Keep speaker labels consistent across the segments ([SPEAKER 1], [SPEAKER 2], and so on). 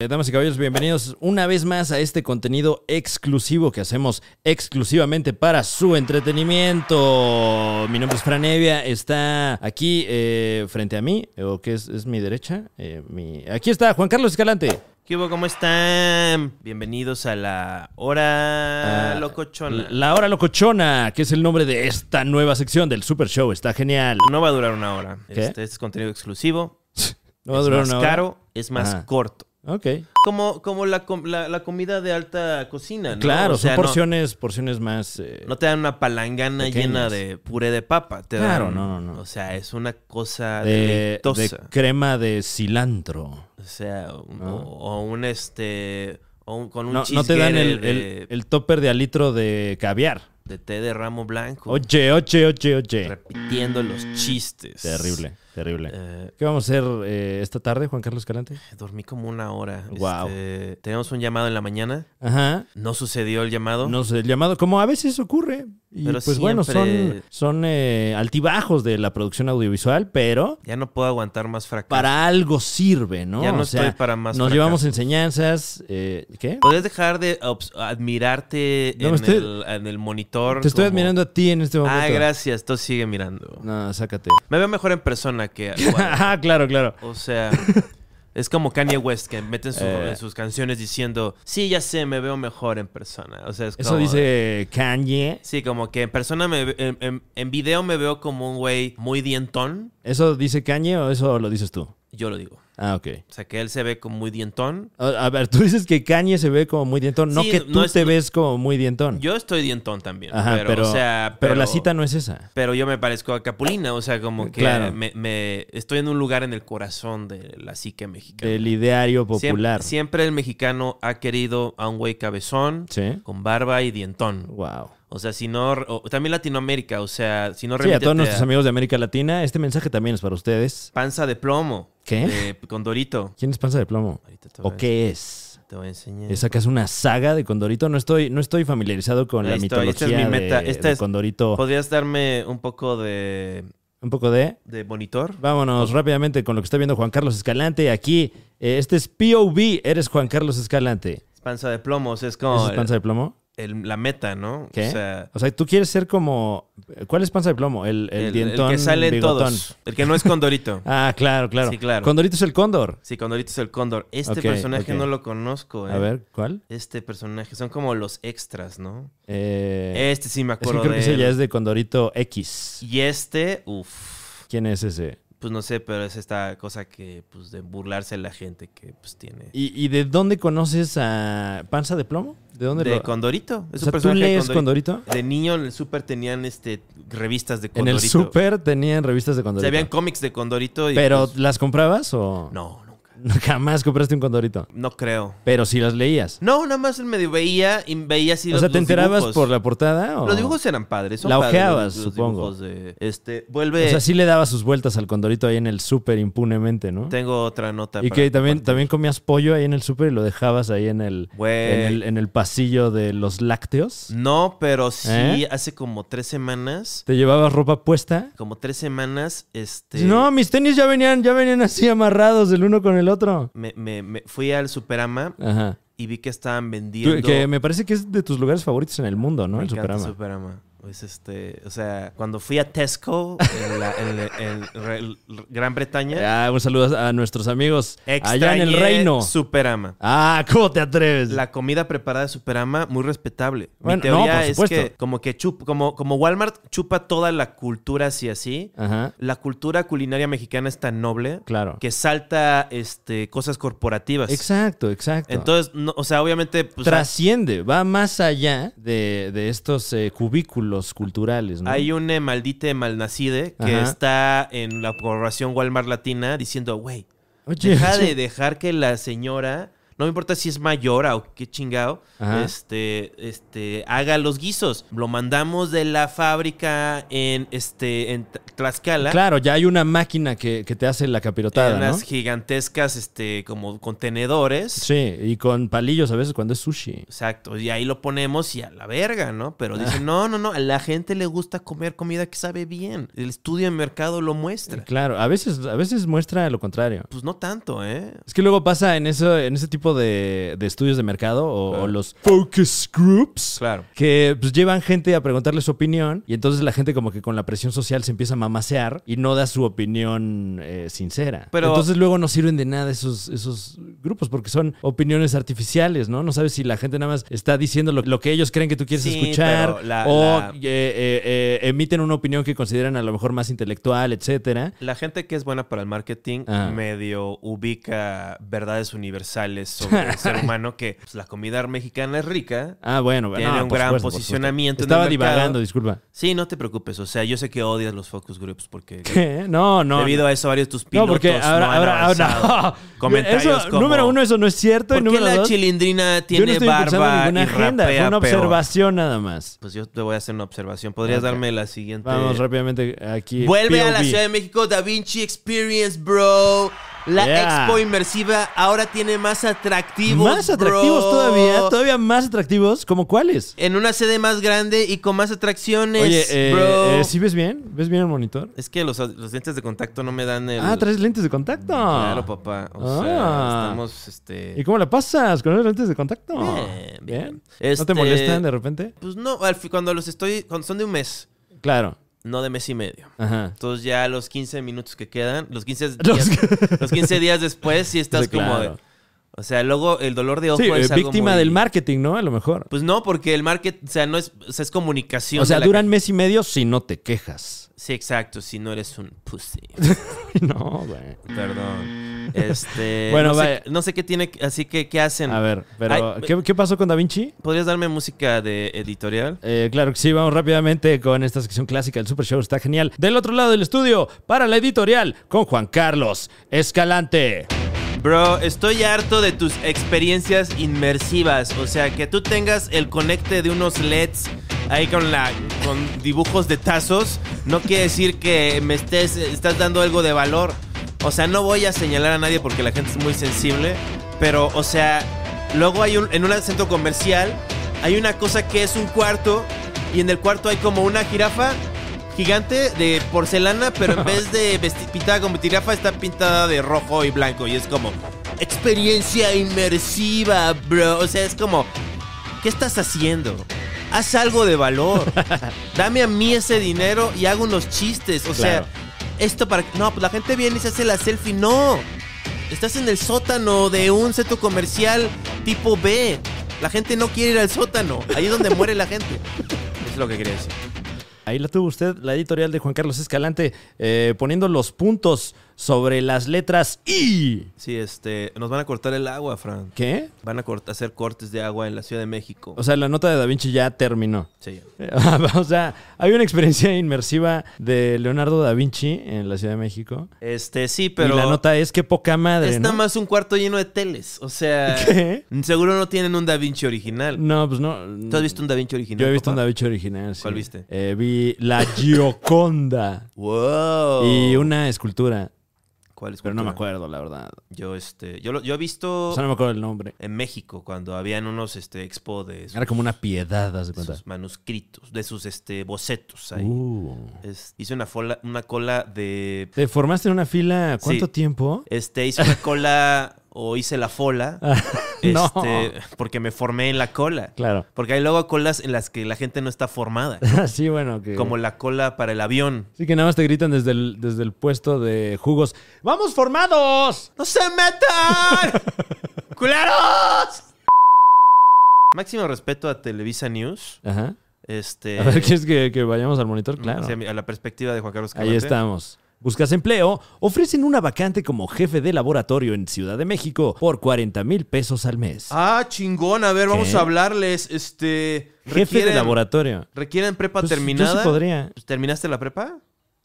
[SPEAKER 1] Eh, damas y caballeros, bienvenidos una vez más a este contenido exclusivo que hacemos exclusivamente para su entretenimiento. Mi nombre es Fran Evia, está aquí eh, frente a mí, o que es, es mi derecha. eh, mi- Aquí está Juan Carlos Escalante.
[SPEAKER 2] ¿Qué hubo? ¿Cómo están? Bienvenidos a la hora
[SPEAKER 1] Ah,
[SPEAKER 2] locochona.
[SPEAKER 1] La hora locochona, que es el nombre de esta nueva sección del Super Show. Está genial.
[SPEAKER 2] No va a durar una hora.
[SPEAKER 1] ¿Qué?
[SPEAKER 2] Este es contenido exclusivo.
[SPEAKER 1] No va a
[SPEAKER 2] es
[SPEAKER 1] durar
[SPEAKER 2] más
[SPEAKER 1] una hora.
[SPEAKER 2] caro, es más
[SPEAKER 1] Ajá.
[SPEAKER 2] corto.
[SPEAKER 1] Ok.
[SPEAKER 2] Como, como la, com- la- la comida de alta cocina, ¿no?
[SPEAKER 1] Claro,
[SPEAKER 2] O sea,
[SPEAKER 1] son
[SPEAKER 2] no-
[SPEAKER 1] porciones, porciones más. eh,
[SPEAKER 2] No, te dan una palangana
[SPEAKER 1] Pequeñas.
[SPEAKER 2] llena de puré de papa. Te
[SPEAKER 1] Claro,
[SPEAKER 2] dan-
[SPEAKER 1] no, no, no.
[SPEAKER 2] O sea, es una cosa
[SPEAKER 1] de, de
[SPEAKER 2] deleitosa.
[SPEAKER 1] crema de cilantro.
[SPEAKER 2] O sea, un-
[SPEAKER 1] Ah.
[SPEAKER 2] o, o un este... O un- con un
[SPEAKER 1] No, no te dan
[SPEAKER 2] cheeseburger
[SPEAKER 1] el,
[SPEAKER 2] de,
[SPEAKER 1] el, el topper de alitro de caviar.
[SPEAKER 2] de té de ramo blanco.
[SPEAKER 1] Oye, oye, oye, oye.
[SPEAKER 2] repitiendo los chistes.
[SPEAKER 1] Terrible, terrible.
[SPEAKER 2] Eh,
[SPEAKER 1] ¿Qué vamos a hacer eh, esta tarde, Juan Carlos Calante?
[SPEAKER 2] dormí como una hora.
[SPEAKER 1] Guau.
[SPEAKER 2] Este, tenemos un llamado en la mañana.
[SPEAKER 1] Ajá.
[SPEAKER 2] No sucedió el llamado.
[SPEAKER 1] No sé, el llamado, como a veces ocurre. Y
[SPEAKER 2] Pero
[SPEAKER 1] pues bueno, son,
[SPEAKER 2] siempre-
[SPEAKER 1] son eh, altibajos de la producción audiovisual, pero
[SPEAKER 2] Ya no puedo aguantar más fracaso.
[SPEAKER 1] para algo sirve, ¿no?
[SPEAKER 2] Ya no
[SPEAKER 1] O sea,
[SPEAKER 2] estoy para más
[SPEAKER 1] Nos
[SPEAKER 2] fracaso.
[SPEAKER 1] llevamos enseñanzas. eh, ¿Qué?
[SPEAKER 2] ¿Podrías dejar de obs- admirarte
[SPEAKER 1] No,
[SPEAKER 2] en,
[SPEAKER 1] me estoy-
[SPEAKER 2] el, en el monitor?
[SPEAKER 1] Te estoy
[SPEAKER 2] como-
[SPEAKER 1] admirando a ti en este momento.
[SPEAKER 2] Ah, gracias. Tú sigue mirando.
[SPEAKER 1] No, sácate.
[SPEAKER 2] Me veo mejor en persona que... al cuadro.
[SPEAKER 1] Ajá, claro, claro.
[SPEAKER 2] o sea... Es como Kanye West que meten su-
[SPEAKER 1] Eh.
[SPEAKER 2] en sus canciones diciendo, sí, ya sé, me veo mejor en persona. O sea, es
[SPEAKER 1] Eso
[SPEAKER 2] como-
[SPEAKER 1] dice Kanye.
[SPEAKER 2] Sí, como que en persona, me, ve- en, en- en video me veo como un güey muy dientón.
[SPEAKER 1] ¿Eso dice Kanye o eso lo dices tú?
[SPEAKER 2] Yo lo digo.
[SPEAKER 1] Ah, ok.
[SPEAKER 2] O sea, que él se ve como muy dientón.
[SPEAKER 1] A, a ver, tú dices que Kanye se ve como muy dientón, no
[SPEAKER 2] Sí,
[SPEAKER 1] que tú
[SPEAKER 2] no es-
[SPEAKER 1] te ves como muy dientón.
[SPEAKER 2] Yo estoy dientón también.
[SPEAKER 1] Ajá,
[SPEAKER 2] pero,
[SPEAKER 1] pero,
[SPEAKER 2] o sea,
[SPEAKER 1] pero la cita no es esa.
[SPEAKER 2] Pero yo me parezco a Capulina, o sea, como que
[SPEAKER 1] Claro.
[SPEAKER 2] me, me- estoy en un lugar en el corazón de la psique mexicana.
[SPEAKER 1] Del ideario
[SPEAKER 2] Siem-
[SPEAKER 1] popular.
[SPEAKER 2] siempre el mexicano ha querido a un güey cabezón,
[SPEAKER 1] Sí.
[SPEAKER 2] con barba y dientón.
[SPEAKER 1] Wow.
[SPEAKER 2] O sea, si no... o- también Latinoamérica, o sea, si no
[SPEAKER 1] Sí, a todos
[SPEAKER 2] remétete
[SPEAKER 1] nuestros
[SPEAKER 2] a
[SPEAKER 1] amigos de América Latina, este mensaje también es para ustedes.
[SPEAKER 2] Panza de plomo.
[SPEAKER 1] ¿Qué?
[SPEAKER 2] de- con Dorito.
[SPEAKER 1] ¿Quién es Panza de Plomo?
[SPEAKER 2] Ahorita te voy
[SPEAKER 1] ¿O
[SPEAKER 2] a
[SPEAKER 1] qué es?
[SPEAKER 2] Te voy a enseñar.
[SPEAKER 1] ¿Es acaso una saga de Condorito? No estoy, no estoy familiarizado con la
[SPEAKER 2] Ahí estoy, esta es mi
[SPEAKER 1] mitología de-
[SPEAKER 2] meta,
[SPEAKER 1] de,
[SPEAKER 2] esta es-
[SPEAKER 1] Condorito.
[SPEAKER 2] ¿Podrías darme un poco de,
[SPEAKER 1] Un poco de...
[SPEAKER 2] de monitor?
[SPEAKER 1] Vámonos rápidamente con lo que está viendo Juan Carlos Escalante. Aquí, eh, este es POV, eres Juan Carlos Escalante.
[SPEAKER 2] Es Panza de plomo, o sea, es
[SPEAKER 1] ¿Esa
[SPEAKER 2] como
[SPEAKER 1] es panza de plomo?
[SPEAKER 2] el- la meta, ¿no?
[SPEAKER 1] ¿Qué?
[SPEAKER 2] eh, O sea,
[SPEAKER 1] tú quieres ser como... ¿Cuál es panza de plomo? El, el,
[SPEAKER 2] el, el
[SPEAKER 1] dientón
[SPEAKER 2] que sale en
[SPEAKER 1] bigotón.
[SPEAKER 2] todos. El que no es Condorito.
[SPEAKER 1] Ah, claro, claro.
[SPEAKER 2] Sí, claro.
[SPEAKER 1] Condorito es el cóndor.
[SPEAKER 2] sí, Condorito es el cóndor. Este
[SPEAKER 1] Ok,
[SPEAKER 2] personaje
[SPEAKER 1] ok.
[SPEAKER 2] no lo conozco. ¿eh?
[SPEAKER 1] A ver, ¿cuál?
[SPEAKER 2] Este personaje, son como los extras, ¿no?
[SPEAKER 1] Eh,
[SPEAKER 2] este sí me
[SPEAKER 1] es que
[SPEAKER 2] acuerdo
[SPEAKER 1] creo que
[SPEAKER 2] de
[SPEAKER 1] ese
[SPEAKER 2] él.
[SPEAKER 1] ya es de Condorito X.
[SPEAKER 2] Y este, uff,
[SPEAKER 1] ¿Quién es ese?
[SPEAKER 2] pues no sé, pero es esta cosa que, pues, de burlarse a la gente que, pues, tiene.
[SPEAKER 1] ¿Y, y de dónde conoces a panza de plomo? ¿De dónde
[SPEAKER 2] de
[SPEAKER 1] lo...?
[SPEAKER 2] Condorito.
[SPEAKER 1] o
[SPEAKER 2] Es
[SPEAKER 1] sea,
[SPEAKER 2] un
[SPEAKER 1] ¿tú
[SPEAKER 2] personaje de
[SPEAKER 1] lees
[SPEAKER 2] Condorito.
[SPEAKER 1] Condorito?
[SPEAKER 2] De niño en el súper tenían este revistas de
[SPEAKER 1] En
[SPEAKER 2] Condorito.
[SPEAKER 1] el súper tenían revistas de
[SPEAKER 2] O
[SPEAKER 1] Condorito.
[SPEAKER 2] sea, habían cómics de Condorito y
[SPEAKER 1] ¿Pero
[SPEAKER 2] pues,
[SPEAKER 1] las comprabas o...?
[SPEAKER 2] no, nunca.
[SPEAKER 1] Jamás compraste un condorito.
[SPEAKER 2] No creo.
[SPEAKER 1] Pero si las leías.
[SPEAKER 2] No, nada más medio veía y veía así
[SPEAKER 1] o
[SPEAKER 2] los
[SPEAKER 1] sea, ¿te
[SPEAKER 2] los
[SPEAKER 1] enterabas
[SPEAKER 2] dibujos.
[SPEAKER 1] por la portada? O...
[SPEAKER 2] Los dibujos eran padres. son
[SPEAKER 1] La
[SPEAKER 2] padres
[SPEAKER 1] ojeabas,
[SPEAKER 2] los- los
[SPEAKER 1] supongo.
[SPEAKER 2] dibujos de- este, vuelve.
[SPEAKER 1] O sea, sí le daba sus vueltas al condorito ahí en el súper impunemente, ¿no?
[SPEAKER 2] Tengo otra nota.
[SPEAKER 1] Y
[SPEAKER 2] para
[SPEAKER 1] que también,
[SPEAKER 2] compartir.
[SPEAKER 1] también comías pollo ahí en el súper y lo dejabas ahí en el,
[SPEAKER 2] Güey. Mm.
[SPEAKER 1] en el, en el pasillo de los lácteos.
[SPEAKER 2] No, pero sí,
[SPEAKER 1] ¿Eh?
[SPEAKER 2] hace como tres semanas.
[SPEAKER 1] Te llevabas ropa puesta.
[SPEAKER 2] Como tres semanas, este.
[SPEAKER 1] No, mis tenis ya venían, ya venían así amarrados el uno con el otro.
[SPEAKER 2] Me, me- me fui al Superama
[SPEAKER 1] Ajá.
[SPEAKER 2] y vi que estaban
[SPEAKER 1] Tú-
[SPEAKER 2] vendiendo.
[SPEAKER 1] que me parece que es de tus lugares favoritos en el mundo, ¿no?
[SPEAKER 2] Me
[SPEAKER 1] el
[SPEAKER 2] encanta
[SPEAKER 1] Superama.
[SPEAKER 2] Superama. Es este, o sea, cuando fui a Tesco en, la- en la- en Re- Re- Gran Bretaña,
[SPEAKER 1] Ah, un saludo a nuestros amigos allá en el
[SPEAKER 2] extrañé
[SPEAKER 1] reino.
[SPEAKER 2] Superama.
[SPEAKER 1] Ah, ¿cómo te atreves?
[SPEAKER 2] La comida preparada de Superama, muy respetable.
[SPEAKER 1] Bueno,
[SPEAKER 2] Mi
[SPEAKER 1] no,
[SPEAKER 2] teoría
[SPEAKER 1] por
[SPEAKER 2] es
[SPEAKER 1] supuesto.
[SPEAKER 2] que como que chup, como, como Walmart chupa toda la cultura así así,
[SPEAKER 1] Ajá.
[SPEAKER 2] la cultura culinaria mexicana es tan noble
[SPEAKER 1] Claro.
[SPEAKER 2] que salta este, cosas corporativas.
[SPEAKER 1] Exacto, exacto.
[SPEAKER 2] Entonces, no- o sea, obviamente, pues,
[SPEAKER 1] Trasciende, va más allá de, de estos eh, cubículos culturales, ¿no?
[SPEAKER 2] Hay un eh, maldite malnacide que
[SPEAKER 1] Ajá.
[SPEAKER 2] está en la población Walmart latina diciendo, güey,
[SPEAKER 1] Oye,
[SPEAKER 2] deja
[SPEAKER 1] oye,
[SPEAKER 2] de dejar que la señora, no me importa si es mayor o qué chingado,
[SPEAKER 1] Ajá.
[SPEAKER 2] este, este, haga los guisos. Lo mandamos de la fábrica en, este, en T- Tlaxcala.
[SPEAKER 1] Claro, ya hay una máquina que, que te hace la
[SPEAKER 2] En
[SPEAKER 1] capirotada, ¿no?
[SPEAKER 2] unas gigantescas, este, como contenedores.
[SPEAKER 1] Sí, y con palillos a veces cuando es sushi.
[SPEAKER 2] Exacto, y ahí lo ponemos y a la verga, ¿no? Pero
[SPEAKER 1] Ah.
[SPEAKER 2] dicen, no, no, no, a la gente le gusta comer comida que sabe bien. El estudio de mercado lo muestra.
[SPEAKER 1] Claro, a veces, a veces muestra lo contrario.
[SPEAKER 2] Pues no tanto, ¿eh?
[SPEAKER 1] Es que luego pasa en eso, en ese tipo tipo de, de estudios de mercado o,
[SPEAKER 2] Claro.
[SPEAKER 1] o los focus groups.
[SPEAKER 2] Claro.
[SPEAKER 1] Que pues, llevan gente a preguntarle su opinión y entonces la gente como que con la presión social se empieza a mamasear y no da su opinión eh, sincera.
[SPEAKER 2] Pero-
[SPEAKER 1] entonces luego no sirven de nada esos, esos grupos porque son opiniones artificiales, ¿no? No sabes si la gente nada más está diciendo lo, lo que ellos creen que tú quieres
[SPEAKER 2] Sí,
[SPEAKER 1] escuchar
[SPEAKER 2] pero la-
[SPEAKER 1] o
[SPEAKER 2] la-
[SPEAKER 1] eh, eh, eh, emiten una opinión que consideran a lo mejor más intelectual, etcétera.
[SPEAKER 2] La gente que es buena para el marketing
[SPEAKER 1] Ah.
[SPEAKER 2] medio ubica verdades universales sobre el ser humano que pues, la comida mexicana es rica.
[SPEAKER 1] Ah, bueno,
[SPEAKER 2] Tiene
[SPEAKER 1] no,
[SPEAKER 2] un
[SPEAKER 1] por
[SPEAKER 2] gran
[SPEAKER 1] supuesto, por supuesto.
[SPEAKER 2] posicionamiento en el
[SPEAKER 1] Estaba
[SPEAKER 2] mercado.
[SPEAKER 1] divagando, disculpa.
[SPEAKER 2] Sí, no te preocupes. O sea, yo sé que odias los focus groups porque
[SPEAKER 1] ¿Qué? No, no.
[SPEAKER 2] debido a eso varios de tus pilotos
[SPEAKER 1] no, porque ahora,
[SPEAKER 2] no han
[SPEAKER 1] ahora,
[SPEAKER 2] avanzado.
[SPEAKER 1] ahora, no.
[SPEAKER 2] Comentarios
[SPEAKER 1] Eso,
[SPEAKER 2] como,
[SPEAKER 1] número uno, eso no es cierto. y
[SPEAKER 2] ¿Por qué
[SPEAKER 1] número
[SPEAKER 2] la
[SPEAKER 1] dos,
[SPEAKER 2] chilindrina
[SPEAKER 1] yo no
[SPEAKER 2] tiene
[SPEAKER 1] estoy impulsando
[SPEAKER 2] barba y
[SPEAKER 1] ninguna agenda. Fue
[SPEAKER 2] rapea
[SPEAKER 1] una
[SPEAKER 2] peor?
[SPEAKER 1] observación nada más.
[SPEAKER 2] Pues yo te voy a hacer una observación. ¿Podrías
[SPEAKER 1] Ok.
[SPEAKER 2] darme la siguiente?
[SPEAKER 1] Vamos rápidamente aquí.
[SPEAKER 2] Vuelve a la
[SPEAKER 1] POV.
[SPEAKER 2] Ciudad de México Da Vinci Experience, bro. La
[SPEAKER 1] Yeah.
[SPEAKER 2] expo inmersiva ahora tiene más atractivos.
[SPEAKER 1] Más atractivos
[SPEAKER 2] bro.
[SPEAKER 1] todavía, todavía más atractivos. ¿Como cuáles?
[SPEAKER 2] En una sede más grande y con más atracciones,
[SPEAKER 1] Oye, eh,
[SPEAKER 2] bro.
[SPEAKER 1] eh, ¿sí ves bien? ¿Ves bien el monitor?
[SPEAKER 2] Es que los, los lentes de contacto no me dan el.
[SPEAKER 1] Ah, traes lentes de contacto.
[SPEAKER 2] Claro, papá. O
[SPEAKER 1] Ah.
[SPEAKER 2] sea, estamos este.
[SPEAKER 1] ¿Y cómo la pasas con los lentes de contacto?
[SPEAKER 2] Bien, bien.
[SPEAKER 1] ¿No te
[SPEAKER 2] Este-
[SPEAKER 1] molestan de repente?
[SPEAKER 2] Pues no, al fi- cuando los estoy. cuando son de un mes,
[SPEAKER 1] Claro.
[SPEAKER 2] no de mes y medio.
[SPEAKER 1] Ajá.
[SPEAKER 2] Entonces ya los 15 minutos que quedan, los 15 días,
[SPEAKER 1] Los-
[SPEAKER 2] los, 15 días después sí estás
[SPEAKER 1] Sí, claro.
[SPEAKER 2] como de- O sea, luego el dolor de ojo
[SPEAKER 1] Sí,
[SPEAKER 2] es
[SPEAKER 1] eh,
[SPEAKER 2] algo
[SPEAKER 1] víctima
[SPEAKER 2] muy-
[SPEAKER 1] del marketing, ¿no? A lo mejor.
[SPEAKER 2] Pues no, porque el market, o sea, no es, o sea, es comunicación.
[SPEAKER 1] O sea,
[SPEAKER 2] de la-
[SPEAKER 1] duran mes y medio si no te quejas.
[SPEAKER 2] Sí, exacto, si no eres un pussy.
[SPEAKER 1] no, güey.
[SPEAKER 2] Perdón. Este,
[SPEAKER 1] Bueno,
[SPEAKER 2] no
[SPEAKER 1] vaya.
[SPEAKER 2] sé, no sé qué tiene, así que ¿qué hacen?
[SPEAKER 1] A ver, pero
[SPEAKER 2] Ay,
[SPEAKER 1] ¿qué, qué pasó con Da Vinci?
[SPEAKER 2] ¿Podrías darme música de editorial?
[SPEAKER 1] Eh, claro que sí, vamos rápidamente con esta sección clásica del Super Show, está genial. Del otro lado del estudio, para la editorial, con Juan Carlos Escalante.
[SPEAKER 2] Bro, estoy harto de tus experiencias inmersivas. O sea, que tú tengas el conecte de unos LEDs ahí con la con dibujos de tazos, no quiere decir que me estés estás dando algo de valor. O sea, no voy a señalar a nadie porque la gente es muy sensible, pero o sea, luego hay un en un centro comercial hay una cosa que es un cuarto y en el cuarto hay como una jirafa gigante de porcelana, pero en vez de vesti- pintada como tirafa, está pintada de rojo y blanco. Y es como experiencia inmersiva, bro. O sea, es como, ¿qué estás haciendo? Haz algo de valor. Dame a mí ese dinero y hago unos chistes. O
[SPEAKER 1] Claro.
[SPEAKER 2] sea, esto para. No, pues la gente viene y se hace la selfie. No. Estás en el sótano de un centro comercial tipo B. La gente no quiere ir al sótano. Ahí es donde muere la gente. Es lo que quería decir.
[SPEAKER 1] Ahí la tuvo usted, la editorial de Juan Carlos Escalante, eh, poniendo los puntos sobre las letras I.
[SPEAKER 2] Sí, este, nos van a cortar el agua, Fran.
[SPEAKER 1] ¿Qué?
[SPEAKER 2] Van a cort- hacer cortes de agua en la Ciudad de México.
[SPEAKER 1] O sea, la nota de Da Vinci ya terminó.
[SPEAKER 2] Sí.
[SPEAKER 1] o sea, hay una experiencia inmersiva de Leonardo Da Vinci en la Ciudad de México.
[SPEAKER 2] Este, sí, pero
[SPEAKER 1] y la nota es que poca madre.
[SPEAKER 2] es nada
[SPEAKER 1] ¿no?
[SPEAKER 2] más un cuarto lleno de teles. O sea,
[SPEAKER 1] ¿Qué?
[SPEAKER 2] seguro no tienen un Da Vinci original.
[SPEAKER 1] No, pues no.
[SPEAKER 2] ¿Tú has visto un Da Vinci original?
[SPEAKER 1] Yo he visto un
[SPEAKER 2] papá?
[SPEAKER 1] Da Vinci original. sí.
[SPEAKER 2] ¿Cuál viste?
[SPEAKER 1] Eh, vi la Gioconda
[SPEAKER 2] Wow.
[SPEAKER 1] y una escultura,
[SPEAKER 2] ¿Cuál es?
[SPEAKER 1] pero no me acuerdo, la verdad.
[SPEAKER 2] Yo, este, yo, lo- yo he visto
[SPEAKER 1] O sea, no me acuerdo el nombre.
[SPEAKER 2] en México cuando habían unos, este, expo de sus,
[SPEAKER 1] Era como una piedad, haz de
[SPEAKER 2] de
[SPEAKER 1] cuenta.
[SPEAKER 2] sus manuscritos, de sus, este, bocetos ahí.
[SPEAKER 1] Uh.
[SPEAKER 2] Es- hice una, fola- una cola de
[SPEAKER 1] ¿Te formaste en una fila cuánto
[SPEAKER 2] Sí.
[SPEAKER 1] tiempo?
[SPEAKER 2] Este, hice una cola o hice la fola.
[SPEAKER 1] Ah,
[SPEAKER 2] este,
[SPEAKER 1] no.
[SPEAKER 2] Porque me formé en la cola.
[SPEAKER 1] Claro.
[SPEAKER 2] Porque hay luego colas en las que la gente no está formada.
[SPEAKER 1] sí, bueno, que.
[SPEAKER 2] Como la cola para el avión.
[SPEAKER 1] Sí, que nada más te gritan desde el, desde el puesto de jugos. ¡Vamos formados!
[SPEAKER 2] ¡No se metan! ¡Culeros! Máximo respeto a Televisa News.
[SPEAKER 1] Ajá.
[SPEAKER 2] Este.
[SPEAKER 1] A ver, ¿quieres que, que vayamos al monitor? Claro.
[SPEAKER 2] hacia mi- A la perspectiva de Juan Carlos
[SPEAKER 1] Ahí
[SPEAKER 2] Escalante.
[SPEAKER 1] estamos. Buscas empleo, ofrecen una vacante como jefe de laboratorio en Ciudad de México por 40 mil pesos al mes.
[SPEAKER 2] Ah, chingón. A ver, vamos
[SPEAKER 1] ¿Qué?
[SPEAKER 2] a hablarles. Este.
[SPEAKER 1] jefe de
[SPEAKER 2] requieren-
[SPEAKER 1] laboratorio.
[SPEAKER 2] ¿Requieren prepa
[SPEAKER 1] Pues, yo sí
[SPEAKER 2] terminada?
[SPEAKER 1] podría.
[SPEAKER 2] ¿Terminaste la prepa?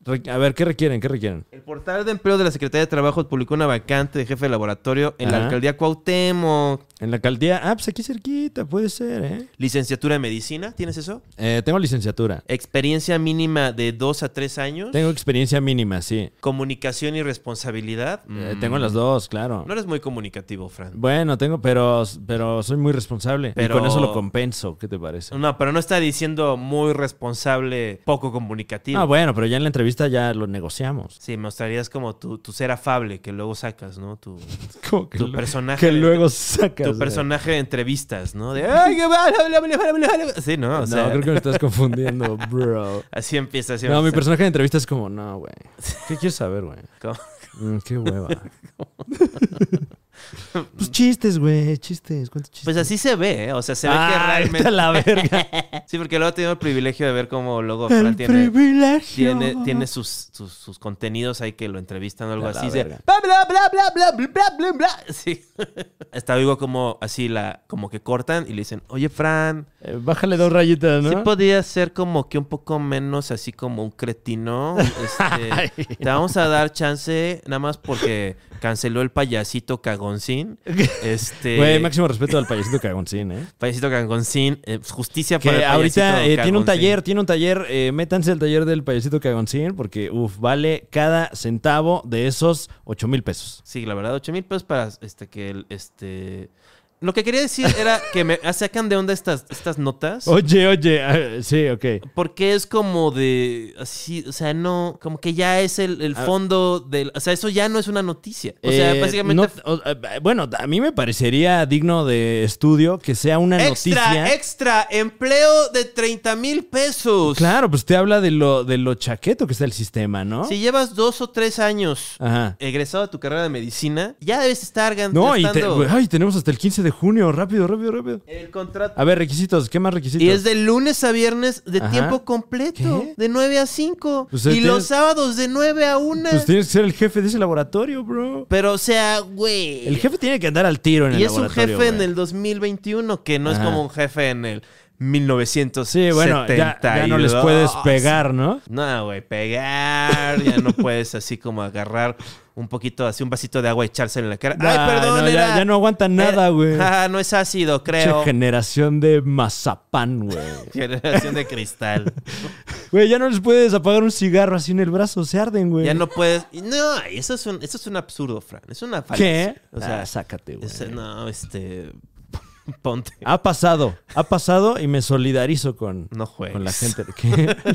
[SPEAKER 1] Re- A ver, ¿qué requieren? ¿Qué requieren?
[SPEAKER 2] El portal de empleo de la Secretaría de Trabajo publicó una vacante de jefe de laboratorio en
[SPEAKER 1] Ajá.
[SPEAKER 2] la alcaldía Cuauhtémoc.
[SPEAKER 1] En la alcaldía. Ah, pues aquí cerquita, puede ser, ¿eh?
[SPEAKER 2] Licenciatura en medicina, ¿tienes eso?
[SPEAKER 1] Eh, tengo licenciatura.
[SPEAKER 2] Experiencia mínima de 2 a 3 años.
[SPEAKER 1] Tengo experiencia mínima, sí.
[SPEAKER 2] Comunicación y responsabilidad.
[SPEAKER 1] Eh,
[SPEAKER 2] Mm.
[SPEAKER 1] tengo las dos, claro.
[SPEAKER 2] No eres muy comunicativo, Fran.
[SPEAKER 1] Bueno, tengo, pero, pero soy muy responsable.
[SPEAKER 2] Pero-
[SPEAKER 1] Y con eso lo compenso, ¿qué te parece?
[SPEAKER 2] No, pero no está diciendo muy responsable, poco comunicativo.
[SPEAKER 1] Ah, bueno, pero ya en la entrevista ya lo negociamos.
[SPEAKER 2] Sí, me mostrarías como tu, tu ser afable que luego sacas, ¿no? Tu,
[SPEAKER 1] Como que
[SPEAKER 2] tu
[SPEAKER 1] lo-
[SPEAKER 2] personaje.
[SPEAKER 1] que
[SPEAKER 2] de-
[SPEAKER 1] luego sacas. güey.
[SPEAKER 2] tu personaje de entrevistas, ¿no? De. "Ay, qué mal, habla, habla, habla, habla, habla". Sí, ¿no? O
[SPEAKER 1] No,
[SPEAKER 2] sea,
[SPEAKER 1] creo que me estás confundiendo, bro.
[SPEAKER 2] así empieza. Así
[SPEAKER 1] No, mi
[SPEAKER 2] empieza.
[SPEAKER 1] personaje de entrevista es como, no, güey. ¿Qué quieres saber, güey?
[SPEAKER 2] ¿Cómo?
[SPEAKER 1] Mm, qué hueva. pues chistes, güey, chistes. ¿Cuántos chistes?
[SPEAKER 2] Pues así se ve, ¿eh? O sea, se ve que
[SPEAKER 1] Ah, vete
[SPEAKER 2] realmente.
[SPEAKER 1] a la verga.
[SPEAKER 2] Sí, porque luego he tenido el privilegio de ver cómo luego
[SPEAKER 1] El
[SPEAKER 2] Fran tiene.
[SPEAKER 1] privilegio.
[SPEAKER 2] Tiene, tiene sus, sus, sus contenidos ahí que lo entrevistan o algo
[SPEAKER 1] A la
[SPEAKER 2] así. dice,
[SPEAKER 1] verga.
[SPEAKER 2] bla, bla, bla, bla, bla, bla, bla, bla, bla". Sí. Hasta oigo como así la, como que cortan y le dicen, oye, Fran,
[SPEAKER 1] Eh, bájale dos rayitas, ¿no?
[SPEAKER 2] Sí podría ser como que un poco menos así como un cretino. Este, te vamos a dar chance nada más porque canceló el payasito cagoncín. Este,
[SPEAKER 1] Güey, máximo respeto al payasito cagoncín, ¿eh?
[SPEAKER 2] Payasito cagoncín, eh, justicia para
[SPEAKER 1] Que
[SPEAKER 2] el payasito
[SPEAKER 1] ahorita eh, tiene un
[SPEAKER 2] cagoncín.
[SPEAKER 1] taller, tiene un taller. eh, métanse al taller del payasito cagoncín porque, uff, vale cada centavo de esos 8 mil pesos.
[SPEAKER 2] Sí, la verdad, 8 mil pesos para este que el, este. Lo que quería decir era que me sacan de onda estas, estas notas.
[SPEAKER 1] Oye, oye, ah, sí, ok.
[SPEAKER 2] Porque es como de. Así, o sea, no. Como que ya es el, el
[SPEAKER 1] Ah.
[SPEAKER 2] fondo del. O sea, eso ya no es una noticia. O sea,
[SPEAKER 1] Eh,
[SPEAKER 2] básicamente.
[SPEAKER 1] no- o- eh, bueno, a mí me parecería digno de estudio que sea una
[SPEAKER 2] Extra,
[SPEAKER 1] noticia.
[SPEAKER 2] extra, empleo de 30 mil pesos.
[SPEAKER 1] Claro, pues te habla de lo, de lo chaqueto que está el sistema, ¿no? Ah.
[SPEAKER 2] Si llevas dos o tres años
[SPEAKER 1] Ajá.
[SPEAKER 2] egresado a tu carrera de medicina, ya debes estar gan-
[SPEAKER 1] No, y te-
[SPEAKER 2] gastando
[SPEAKER 1] ay, tenemos hasta el 15 de junio. Rápido, rápido, rápido.
[SPEAKER 2] el contrato.
[SPEAKER 1] A ver, requisitos. ¿Qué más requisitos?
[SPEAKER 2] Y es de lunes a viernes de
[SPEAKER 1] Ajá.
[SPEAKER 2] tiempo completo,
[SPEAKER 1] ¿Qué?
[SPEAKER 2] de 9 a 5.
[SPEAKER 1] Pues,
[SPEAKER 2] y
[SPEAKER 1] eh,
[SPEAKER 2] los
[SPEAKER 1] tienes-
[SPEAKER 2] sábados de 9 a 1.
[SPEAKER 1] Pues tienes que ser el jefe de ese laboratorio, bro.
[SPEAKER 2] Pero, o sea, güey.
[SPEAKER 1] El jefe tiene que andar al tiro en el
[SPEAKER 2] Y es un
[SPEAKER 1] laboratorio.
[SPEAKER 2] jefe en
[SPEAKER 1] güey.
[SPEAKER 2] el 2021, que no es
[SPEAKER 1] Ajá.
[SPEAKER 2] como un jefe en el 1972.
[SPEAKER 1] Sí, bueno, ya, ya no les puedes pegar, ¿no?
[SPEAKER 2] No, güey, pegar. Ya no puedes así como agarrar un poquito, así un vasito de agua y echárselo en la cara. Ay, perdón,
[SPEAKER 1] no,
[SPEAKER 2] era-
[SPEAKER 1] ya, ya no aguantan nada,
[SPEAKER 2] eh,
[SPEAKER 1] güey.
[SPEAKER 2] ah, no es ácido, creo.
[SPEAKER 1] Che, generación de mazapán, güey.
[SPEAKER 2] Generación de cristal.
[SPEAKER 1] Güey, ya no les puedes apagar un cigarro así en el brazo, se arden, güey.
[SPEAKER 2] Ya no puedes. No, eso es un, eso es un absurdo, Fran. Es una falacia.
[SPEAKER 1] ¿Qué?
[SPEAKER 2] O sea,
[SPEAKER 1] Ah, sácate, güey. Ah,
[SPEAKER 2] es- no, este. Ponte.
[SPEAKER 1] Ha pasado, ha pasado y me solidarizo con,
[SPEAKER 2] No juegues.
[SPEAKER 1] con la gente. ¿Qué?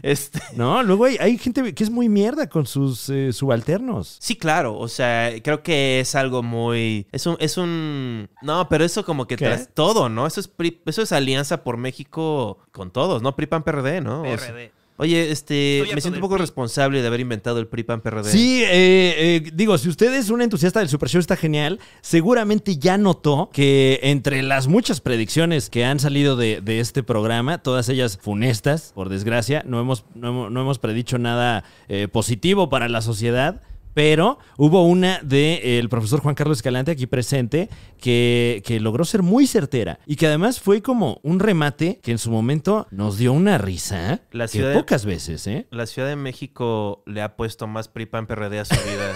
[SPEAKER 2] Este.
[SPEAKER 1] No, luego hay, hay gente que es muy mierda con sus eh, subalternos.
[SPEAKER 2] Sí, claro. O sea, creo que es algo muy. Es un. Es un no, pero eso como que
[SPEAKER 1] ¿Qué?
[SPEAKER 2] tras todo, ¿no? Eso es, PRI- eso es alianza por México con todos, ¿no? PRI-PAN-PRD, ¿no? O sea,
[SPEAKER 3] PRD.
[SPEAKER 2] oye, este.
[SPEAKER 3] Estoy harto
[SPEAKER 2] Me siento
[SPEAKER 3] del
[SPEAKER 2] un poco
[SPEAKER 3] PRI.
[SPEAKER 2] responsable de haber inventado el PRI-PAN-PRD.
[SPEAKER 1] Sí, eh, eh, digo, si usted es un entusiasta del Super Show, está genial. Seguramente ya notó que entre las muchas predicciones que han salido de, de este programa, todas ellas funestas, por desgracia, no hemos, no hemos, no hemos predicho nada eh, positivo para la sociedad. Pero hubo una del de, eh, el profesor Juan Carlos Escalante aquí presente que, que logró ser muy certera y que además fue como un remate que en su momento nos dio una risa
[SPEAKER 2] La
[SPEAKER 1] que
[SPEAKER 2] ciudad de-
[SPEAKER 1] pocas veces, ¿eh?
[SPEAKER 2] La Ciudad de México le ha puesto más PRI-PAN-PRD a su vida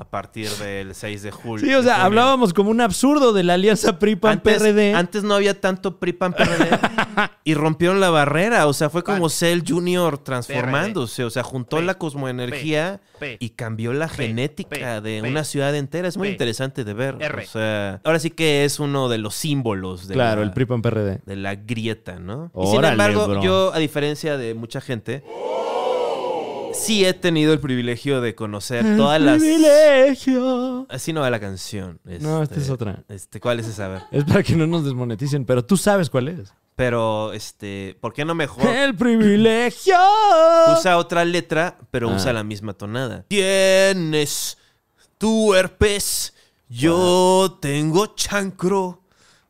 [SPEAKER 2] a partir del 6 de julio.
[SPEAKER 1] Sí, o sea,
[SPEAKER 2] junio.
[SPEAKER 1] hablábamos como un absurdo de la alianza
[SPEAKER 2] Antes,
[SPEAKER 1] PRI-PAN-PRD.
[SPEAKER 2] antes no había tanto PRI-PAN-PRD y rompieron la barrera. O sea, fue como Cell Junior transformándose. O sea, juntó
[SPEAKER 3] P,
[SPEAKER 2] la cosmoenergía
[SPEAKER 3] P,
[SPEAKER 2] y cambió la
[SPEAKER 3] P,
[SPEAKER 2] genética
[SPEAKER 3] P,
[SPEAKER 2] de
[SPEAKER 3] P,
[SPEAKER 2] una ciudad entera. Es muy
[SPEAKER 3] P,
[SPEAKER 2] interesante de ver.
[SPEAKER 3] R.
[SPEAKER 2] O sea, ahora sí que es uno de los símbolos de,
[SPEAKER 1] Claro,
[SPEAKER 2] la,
[SPEAKER 1] el PRI-PAN-PRD.
[SPEAKER 2] de la grieta, ¿no? y sin
[SPEAKER 1] Órale,
[SPEAKER 2] embargo,
[SPEAKER 1] bro.
[SPEAKER 2] yo, a diferencia de mucha gente, sí he tenido el privilegio de conocer todas las...
[SPEAKER 1] Privilegio.
[SPEAKER 2] Así no va la canción.
[SPEAKER 1] No, esta es otra.
[SPEAKER 2] Este, ¿Cuál es esa? A ver.
[SPEAKER 1] Es para que no nos desmoneticen, pero tú sabes cuál es.
[SPEAKER 2] Pero, este, ¿por qué no mejor
[SPEAKER 1] El privilegio.
[SPEAKER 2] usa otra letra, pero
[SPEAKER 1] Ah.
[SPEAKER 2] usa la misma tonada? Tienes tu herpes, yo
[SPEAKER 1] Ah.
[SPEAKER 2] tengo chancro,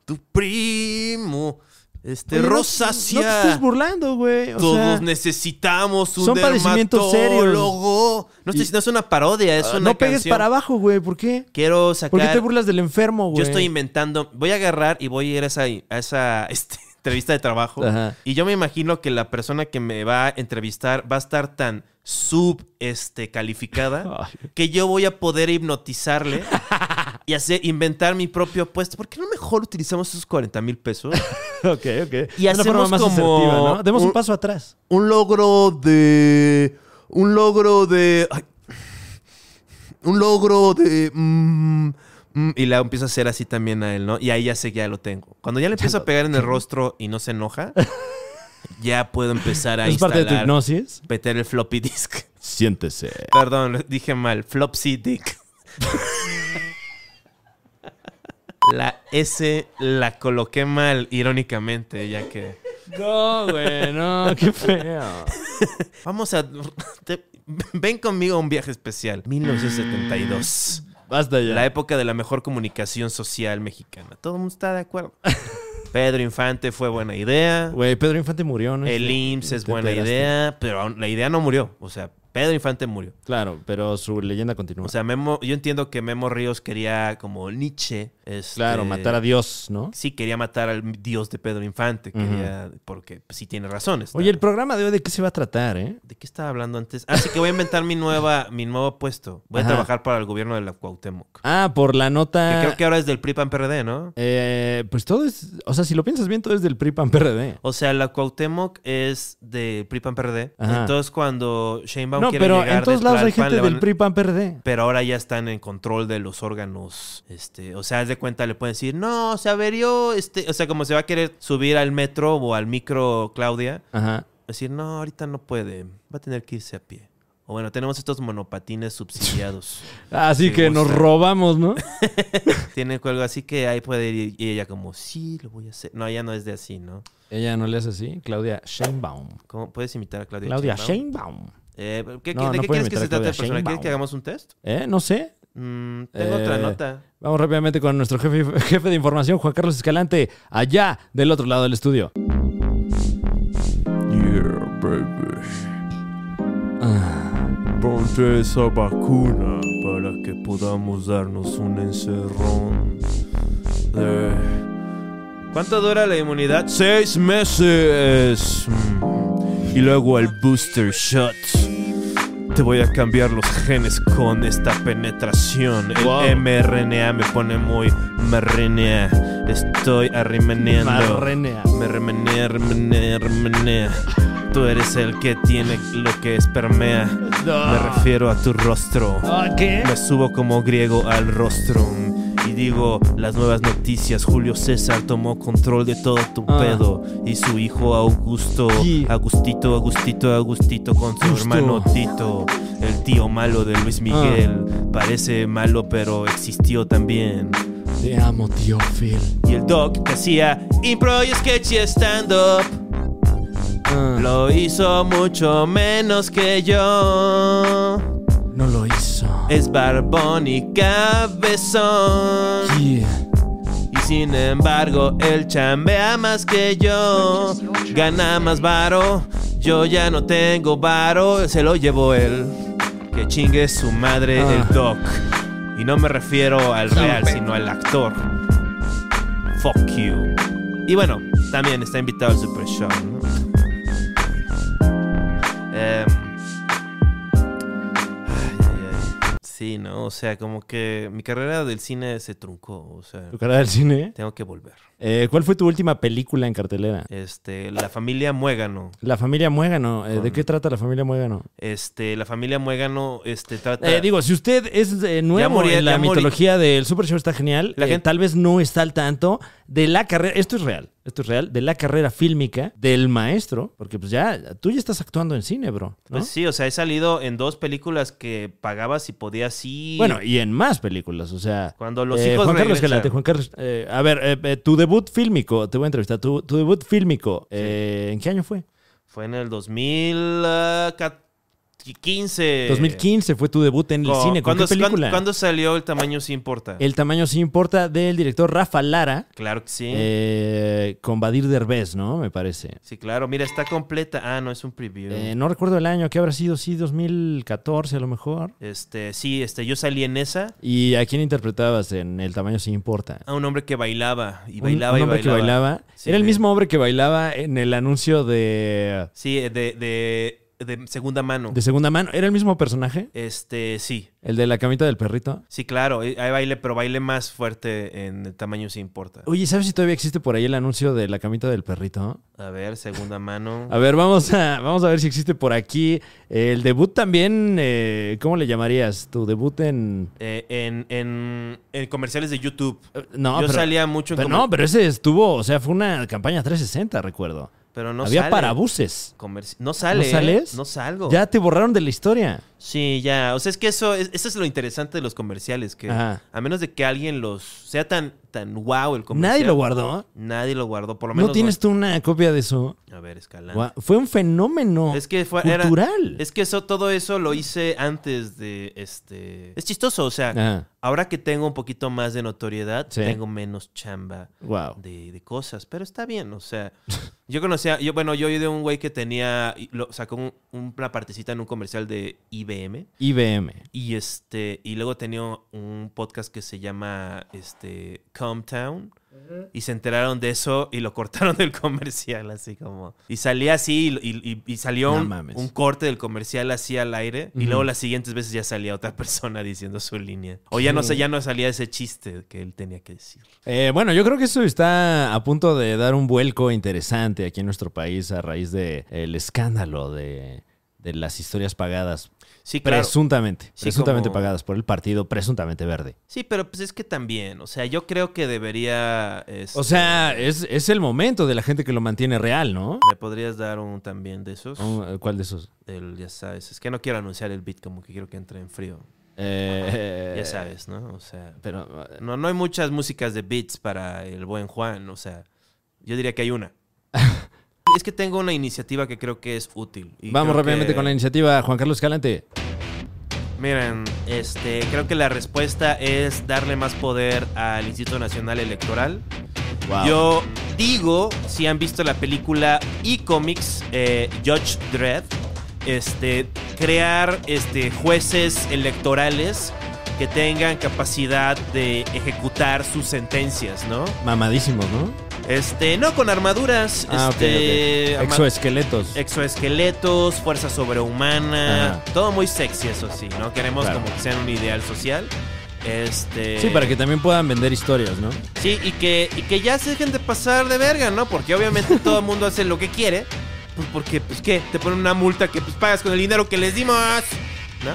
[SPEAKER 2] tu primo, este,
[SPEAKER 1] Oye, no- No te
[SPEAKER 2] rosácea.
[SPEAKER 1] estés burlando, güey. O
[SPEAKER 2] todos
[SPEAKER 1] sea,
[SPEAKER 2] necesitamos un
[SPEAKER 1] son padecimientos serios.
[SPEAKER 2] dermatólogo. No, estoy-
[SPEAKER 1] Y-
[SPEAKER 2] no es una parodia, es una
[SPEAKER 1] no pegues
[SPEAKER 2] canción.
[SPEAKER 1] para abajo, güey. ¿Por qué?
[SPEAKER 2] Quiero sacar...
[SPEAKER 1] ¿Por qué te burlas del enfermo, güey?
[SPEAKER 2] Yo estoy inventando. Voy a agarrar y voy a ir a esa, a esa este, entrevista de trabajo.
[SPEAKER 1] Ajá.
[SPEAKER 2] Y yo me imagino que la persona que me va a entrevistar va a estar tan sub este, calificada
[SPEAKER 1] Ay.
[SPEAKER 2] que yo voy a poder hipnotizarle y hacer, inventar mi propio puesto. ¿Por qué no mejor utilizamos esos 40 mil pesos?
[SPEAKER 1] Ok, ok.
[SPEAKER 2] Y
[SPEAKER 1] una forma
[SPEAKER 2] hacemos
[SPEAKER 1] más
[SPEAKER 2] como
[SPEAKER 1] asertiva, ¿no? Demos un
[SPEAKER 2] un-
[SPEAKER 1] paso atrás.
[SPEAKER 2] Un logro de. Un logro de. ay, un logro de. mm, mm, y la empiezo a hacer así también a él, ¿no? Y ahí ya sé que ya lo tengo. Cuando ya le empiezo a pegar en el rostro y no se enoja, ya puedo empezar a
[SPEAKER 1] ¿Es parte de tu
[SPEAKER 2] instalar,
[SPEAKER 1] hipnosis?
[SPEAKER 2] meter el floppy disk.
[SPEAKER 1] Siéntese.
[SPEAKER 2] Perdón, dije mal. Flopsy dick. La S la coloqué mal, irónicamente, ya que.
[SPEAKER 1] No, güey, no, qué feo.
[SPEAKER 2] Vamos a. te- ven conmigo a un viaje especial. 1972.
[SPEAKER 1] Basta ya.
[SPEAKER 2] La época de la mejor comunicación social mexicana. Todo el mundo está de acuerdo. Pedro Infante fue buena idea.
[SPEAKER 1] Güey, Pedro Infante murió, ¿no?
[SPEAKER 2] El IMSS es
[SPEAKER 1] Te
[SPEAKER 2] buena
[SPEAKER 1] enteraste.
[SPEAKER 2] idea. Pero aún- la idea no murió. O sea, Pedro Infante murió.
[SPEAKER 1] Claro, pero su leyenda continúa.
[SPEAKER 2] O sea, Memo, yo entiendo que Memo Ríos quería, como Nietzsche, este,
[SPEAKER 1] claro, matar a Dios, ¿no?
[SPEAKER 2] Sí, quería matar al dios de Pedro Infante, quería, porque pues, sí tiene razones.
[SPEAKER 1] Oye, el programa de hoy de qué se va a tratar, ¿eh?
[SPEAKER 2] ¿De qué estaba hablando antes? Así que voy a inventar mi nueva, mi nuevo puesto. Voy
[SPEAKER 1] Ajá.
[SPEAKER 2] a trabajar para el gobierno de la Cuauhtémoc.
[SPEAKER 1] Ah, por la
[SPEAKER 2] Que
[SPEAKER 1] nota.
[SPEAKER 2] creo que ahora es del PRI PAN PRD, ¿no?
[SPEAKER 1] eh, pues todo es. O sea, si lo piensas bien, todo es del PRI PAN PRD.
[SPEAKER 2] O sea, la Cuauhtémoc es de PRI PAN PRD.
[SPEAKER 1] Ajá.
[SPEAKER 2] Entonces cuando Sheinbaum
[SPEAKER 1] No,
[SPEAKER 2] quiere
[SPEAKER 1] pero
[SPEAKER 2] llegar
[SPEAKER 1] en todos
[SPEAKER 2] de
[SPEAKER 1] lados hay
[SPEAKER 2] Tlalpan,
[SPEAKER 1] gente
[SPEAKER 2] le van-
[SPEAKER 1] del PRI PAN PRD.
[SPEAKER 2] pero ahora ya están en control de los órganos. Este, o sea, haz de cuenta, le pueden decir, no, se averió, este, o sea, como se va a querer subir al metro o al micro Claudia,
[SPEAKER 1] Ajá.
[SPEAKER 2] decir, no, ahorita no puede, va a tener que irse a pie. O bueno, tenemos estos monopatines subsidiados.
[SPEAKER 1] Así
[SPEAKER 2] Sí,
[SPEAKER 1] que nos
[SPEAKER 2] gusta.
[SPEAKER 1] robamos, ¿no?
[SPEAKER 2] Tiene algo así que ahí puede ir y ella como, sí, lo voy a hacer. No, ella no es de así, ¿no?
[SPEAKER 1] Ella no le hace así. Claudia Sheinbaum.
[SPEAKER 2] ¿Cómo? ¿Puedes imitar a Claudia?
[SPEAKER 1] Claudia
[SPEAKER 2] Sheinbaum?
[SPEAKER 1] Sheinbaum.
[SPEAKER 2] Eh, ¿qué-
[SPEAKER 1] No,
[SPEAKER 2] ¿De
[SPEAKER 1] no
[SPEAKER 2] qué
[SPEAKER 1] puedo
[SPEAKER 2] quieres que
[SPEAKER 1] imitar a
[SPEAKER 2] se trate
[SPEAKER 1] Claudia
[SPEAKER 2] el personaje? ¿Quieres que
[SPEAKER 1] Sheinbaum.
[SPEAKER 2] hagamos un test?
[SPEAKER 1] ¿Eh? No sé.
[SPEAKER 2] Mm, tengo otra
[SPEAKER 1] Eh,
[SPEAKER 2] nota.
[SPEAKER 1] Vamos rápidamente con nuestro jefe, jefe de información, Juan Carlos Escalante, allá del otro lado del estudio.
[SPEAKER 3] Yeah, baby. Ponte esa vacuna para que podamos darnos un encerrón de
[SPEAKER 2] ¿Cuánto dura la inmunidad?
[SPEAKER 3] seis meses. Mm. Y luego el booster shot.
[SPEAKER 2] Te voy a cambiar los genes con esta penetración. El
[SPEAKER 1] Wow.
[SPEAKER 2] mRNA me pone muy marrenea. Estoy arrimeneando.
[SPEAKER 1] Marrenea.
[SPEAKER 2] Me remenea, remenea, remenea. Tú eres el que tiene lo que espermea. Me refiero a tu rostro.
[SPEAKER 1] ¿A Ah, qué?
[SPEAKER 2] Me subo como griego al rostro y digo las nuevas noticias. Julio César tomó control de todo tu
[SPEAKER 1] Ah.
[SPEAKER 2] pedo y su hijo Augusto,
[SPEAKER 1] Sí.
[SPEAKER 2] Agustito, Agustito, Agustito con su
[SPEAKER 1] Justo. Ah.
[SPEAKER 2] hermano Tito, el tío malo de Luis Miguel. Parece malo pero existió también.
[SPEAKER 1] Te amo, tío Phil.
[SPEAKER 2] Y el doc que hacía impro y sketch y stand up
[SPEAKER 1] Ah,
[SPEAKER 2] lo hizo mucho menos que yo.
[SPEAKER 1] no lo hizo.
[SPEAKER 2] Es barbón y cabezón.
[SPEAKER 1] Yeah.
[SPEAKER 2] Y sin embargo, él chambea más que yo. Gana más varo. Yo ya no tengo varo. Se lo llevó él. Que chingue su madre
[SPEAKER 1] Ah.
[SPEAKER 2] el doc. Y no me refiero al real, sino al actor. Fuck you. Y bueno, también está invitado al Super Show. ¿no? Em, ay, ay, ay. Sí, ¿no? O sea, como que mi carrera del cine se truncó. O sea,
[SPEAKER 1] Tu cara del cine.
[SPEAKER 2] tengo que volver.
[SPEAKER 1] Eh, ¿Cuál fue tu última película en cartelera?
[SPEAKER 2] Este, la familia Muégano.
[SPEAKER 1] La familia Muégano. Eh, ¿De qué trata la familia Muégano?
[SPEAKER 2] Este, la familia Muégano, este, trata.
[SPEAKER 1] Eh, digo, si usted es eh,
[SPEAKER 2] Ya
[SPEAKER 1] nuevo
[SPEAKER 2] morí,
[SPEAKER 1] en la
[SPEAKER 2] ya morí.
[SPEAKER 1] mitología del Super Show está genial,
[SPEAKER 2] La
[SPEAKER 1] eh,
[SPEAKER 2] gente-
[SPEAKER 1] tal vez no está al tanto de la carrera, esto es real, esto es real, de la carrera fílmica del maestro, porque pues ya, tú ya estás actuando en cine, bro. ¿no?
[SPEAKER 2] Pues sí, o sea, he salido en dos películas que pagabas y podías ir.
[SPEAKER 1] Bueno, y en más películas, o sea...
[SPEAKER 2] Cuando los
[SPEAKER 1] eh,
[SPEAKER 2] hijos
[SPEAKER 1] Juan Carlos
[SPEAKER 2] regresan.
[SPEAKER 1] Escalante, Juan Carlos... eh, a ver, eh, eh, tu debut fílmico, te voy a entrevistar, tu, tu debut fílmico, eh, ¿en qué año fue?
[SPEAKER 2] Fue en el ah, 2015.
[SPEAKER 1] 2015 fue tu debut en el
[SPEAKER 2] Co-
[SPEAKER 1] cine, ¿con
[SPEAKER 2] Eh, ¿cuándo-
[SPEAKER 1] qué película?
[SPEAKER 2] cuándo- ¿Cuándo salió El tamaño sí importa?
[SPEAKER 1] El tamaño sí importa del director Rafa Lara.
[SPEAKER 2] Claro que sí.
[SPEAKER 1] Eh, con Badir Derbez, ¿no? Me parece.
[SPEAKER 2] Sí, claro. Mira, está completa. Ah, no, es un preview.
[SPEAKER 1] Eh, no recuerdo el año, que habrá sido? Sí, 2014 a lo mejor.
[SPEAKER 2] Este, sí, este, yo salí en esa
[SPEAKER 1] ¿Y a quién interpretabas en El tamaño sí importa?
[SPEAKER 2] a un hombre que bailaba Ah, y
[SPEAKER 1] Un-
[SPEAKER 2] bailaba
[SPEAKER 1] un
[SPEAKER 2] y
[SPEAKER 1] hombre
[SPEAKER 2] bailaba.
[SPEAKER 1] que bailaba.
[SPEAKER 2] Sí,
[SPEAKER 1] Era el
[SPEAKER 2] de-
[SPEAKER 1] mismo hombre que bailaba en el anuncio de,
[SPEAKER 2] Sí, de, de, de segunda mano.
[SPEAKER 1] de Segunda Mano. ¿Era el mismo personaje?
[SPEAKER 2] Este, sí.
[SPEAKER 1] El de la camita del perrito.
[SPEAKER 2] Sí, claro. eh, Hay baile, pero baile más fuerte en el tamaño sí importa.
[SPEAKER 1] Oye, ¿sabes si todavía existe por ahí el anuncio de la camita del perrito?
[SPEAKER 2] A ver, segunda mano.
[SPEAKER 1] A ver, vamos a, vamos a ver si existe por aquí el debut también. eh, ¿Cómo le llamarías? Tu debut en.
[SPEAKER 2] Eh, en, en, en comerciales de YouTube.
[SPEAKER 1] eh, No,
[SPEAKER 2] yo
[SPEAKER 1] pero-
[SPEAKER 2] salía mucho en
[SPEAKER 1] Pero
[SPEAKER 2] comer-
[SPEAKER 1] no, pero ese estuvo, o sea, fue una campaña 360, recuerdo.
[SPEAKER 2] Pero no
[SPEAKER 1] Había
[SPEAKER 2] sale.
[SPEAKER 1] parabuses.
[SPEAKER 2] Comerci- No sale.
[SPEAKER 1] ¿No
[SPEAKER 2] ¿eh?
[SPEAKER 1] sales?
[SPEAKER 2] No salgo.
[SPEAKER 1] Ya te borraron de la historia.
[SPEAKER 2] Sí, ya. O sea, es que eso es, eso es lo interesante de los comerciales. Que
[SPEAKER 1] Ajá.
[SPEAKER 2] a menos de que alguien los. sea tan, tan wow el comercial.
[SPEAKER 1] Nadie lo guardó.
[SPEAKER 2] Nadie lo guardó. Por lo menos.
[SPEAKER 1] ¿No tienes tú una copia de eso?
[SPEAKER 2] A ver, escalando.
[SPEAKER 1] Gua- Fue un fenómeno
[SPEAKER 2] Es que fue era-
[SPEAKER 1] cultural.
[SPEAKER 2] es que eso todo eso lo hice antes de este es chistoso, o sea,
[SPEAKER 1] Ajá.
[SPEAKER 2] ahora que tengo un poquito más de notoriedad,
[SPEAKER 1] Ah. Sí.
[SPEAKER 2] tengo menos chamba
[SPEAKER 1] Wow.
[SPEAKER 2] de, de cosas, pero está bien, o sea, yo conocía, yo bueno, yo oí de un güey que tenía lo, sacó un- un- una partecita en un comercial de IBM
[SPEAKER 1] IBM.
[SPEAKER 2] y este y luego tenía un podcast que se llama este Calm Town y se enteraron de eso y lo cortaron del comercial así como y salía así y, y- y- y salió
[SPEAKER 1] No
[SPEAKER 2] un,
[SPEAKER 1] mames.
[SPEAKER 2] un corte del comercial así al aire y
[SPEAKER 1] Ujú.
[SPEAKER 2] luego las siguientes veces ya salía otra persona diciendo su línea o ya no sé
[SPEAKER 1] ¿Qué?
[SPEAKER 2] ya no salía ese chiste que él tenía que decir
[SPEAKER 1] Eh, bueno, yo creo que eso está a punto de dar un vuelco interesante aquí en nuestro país a raíz del el escándalo de, de las historias pagadas,
[SPEAKER 2] sí claro
[SPEAKER 1] presuntamente,
[SPEAKER 2] Sí,
[SPEAKER 1] presuntamente
[SPEAKER 2] como-
[SPEAKER 1] pagadas por el partido presuntamente verde.
[SPEAKER 2] sí pero pues es que también o sea yo creo que debería este,
[SPEAKER 1] O sea, es, es el momento de la gente que lo mantiene real, ¿no?
[SPEAKER 2] me podrías dar un también de esos
[SPEAKER 1] Un- ¿Cuál de esos?
[SPEAKER 2] El, ya sabes, es que no quiero anunciar el beat como que quiero que entre en frío.
[SPEAKER 1] Eh,
[SPEAKER 2] ya sabes, ¿no? O sea,
[SPEAKER 1] Pero eh,
[SPEAKER 2] no, no hay muchas músicas de beats para el buen Juan, o sea, yo diría que hay una. es que tengo una iniciativa que creo que es útil. y
[SPEAKER 1] eh, vamos
[SPEAKER 2] creo
[SPEAKER 1] rápidamente
[SPEAKER 2] que-
[SPEAKER 1] con la iniciativa, Juan Carlos Calante.
[SPEAKER 2] Miren, este, creo que la respuesta es darle más poder al Instituto Nacional Electoral. Yo digo, si han visto la película y cómics eh, Judge Dredd, este, crear este, jueces electorales que tengan capacidad de ejecutar sus sentencias, ¿no?
[SPEAKER 1] Mamadísimos, ¿no?
[SPEAKER 2] Este, no con armaduras,
[SPEAKER 1] Ah, ok,
[SPEAKER 2] este,
[SPEAKER 1] ok.
[SPEAKER 2] arma-
[SPEAKER 1] Exoesqueletos.
[SPEAKER 2] Eh, exoesqueletos, fuerza sobrehumana,
[SPEAKER 1] Ajá.
[SPEAKER 2] todo muy sexy, eso sí, ¿no? Queremos
[SPEAKER 1] Claro.
[SPEAKER 2] como que sean un ideal social. Este,
[SPEAKER 1] Sí, para que también puedan vender historias, ¿no?
[SPEAKER 2] Sí, y que, y que ya se dejen de pasar de verga, ¿no? Porque obviamente todo el mundo hace lo que quiere. Pues porque, pues, ¿qué? Te ponen una multa que pues pagas con el dinero que les dimos. ¿No?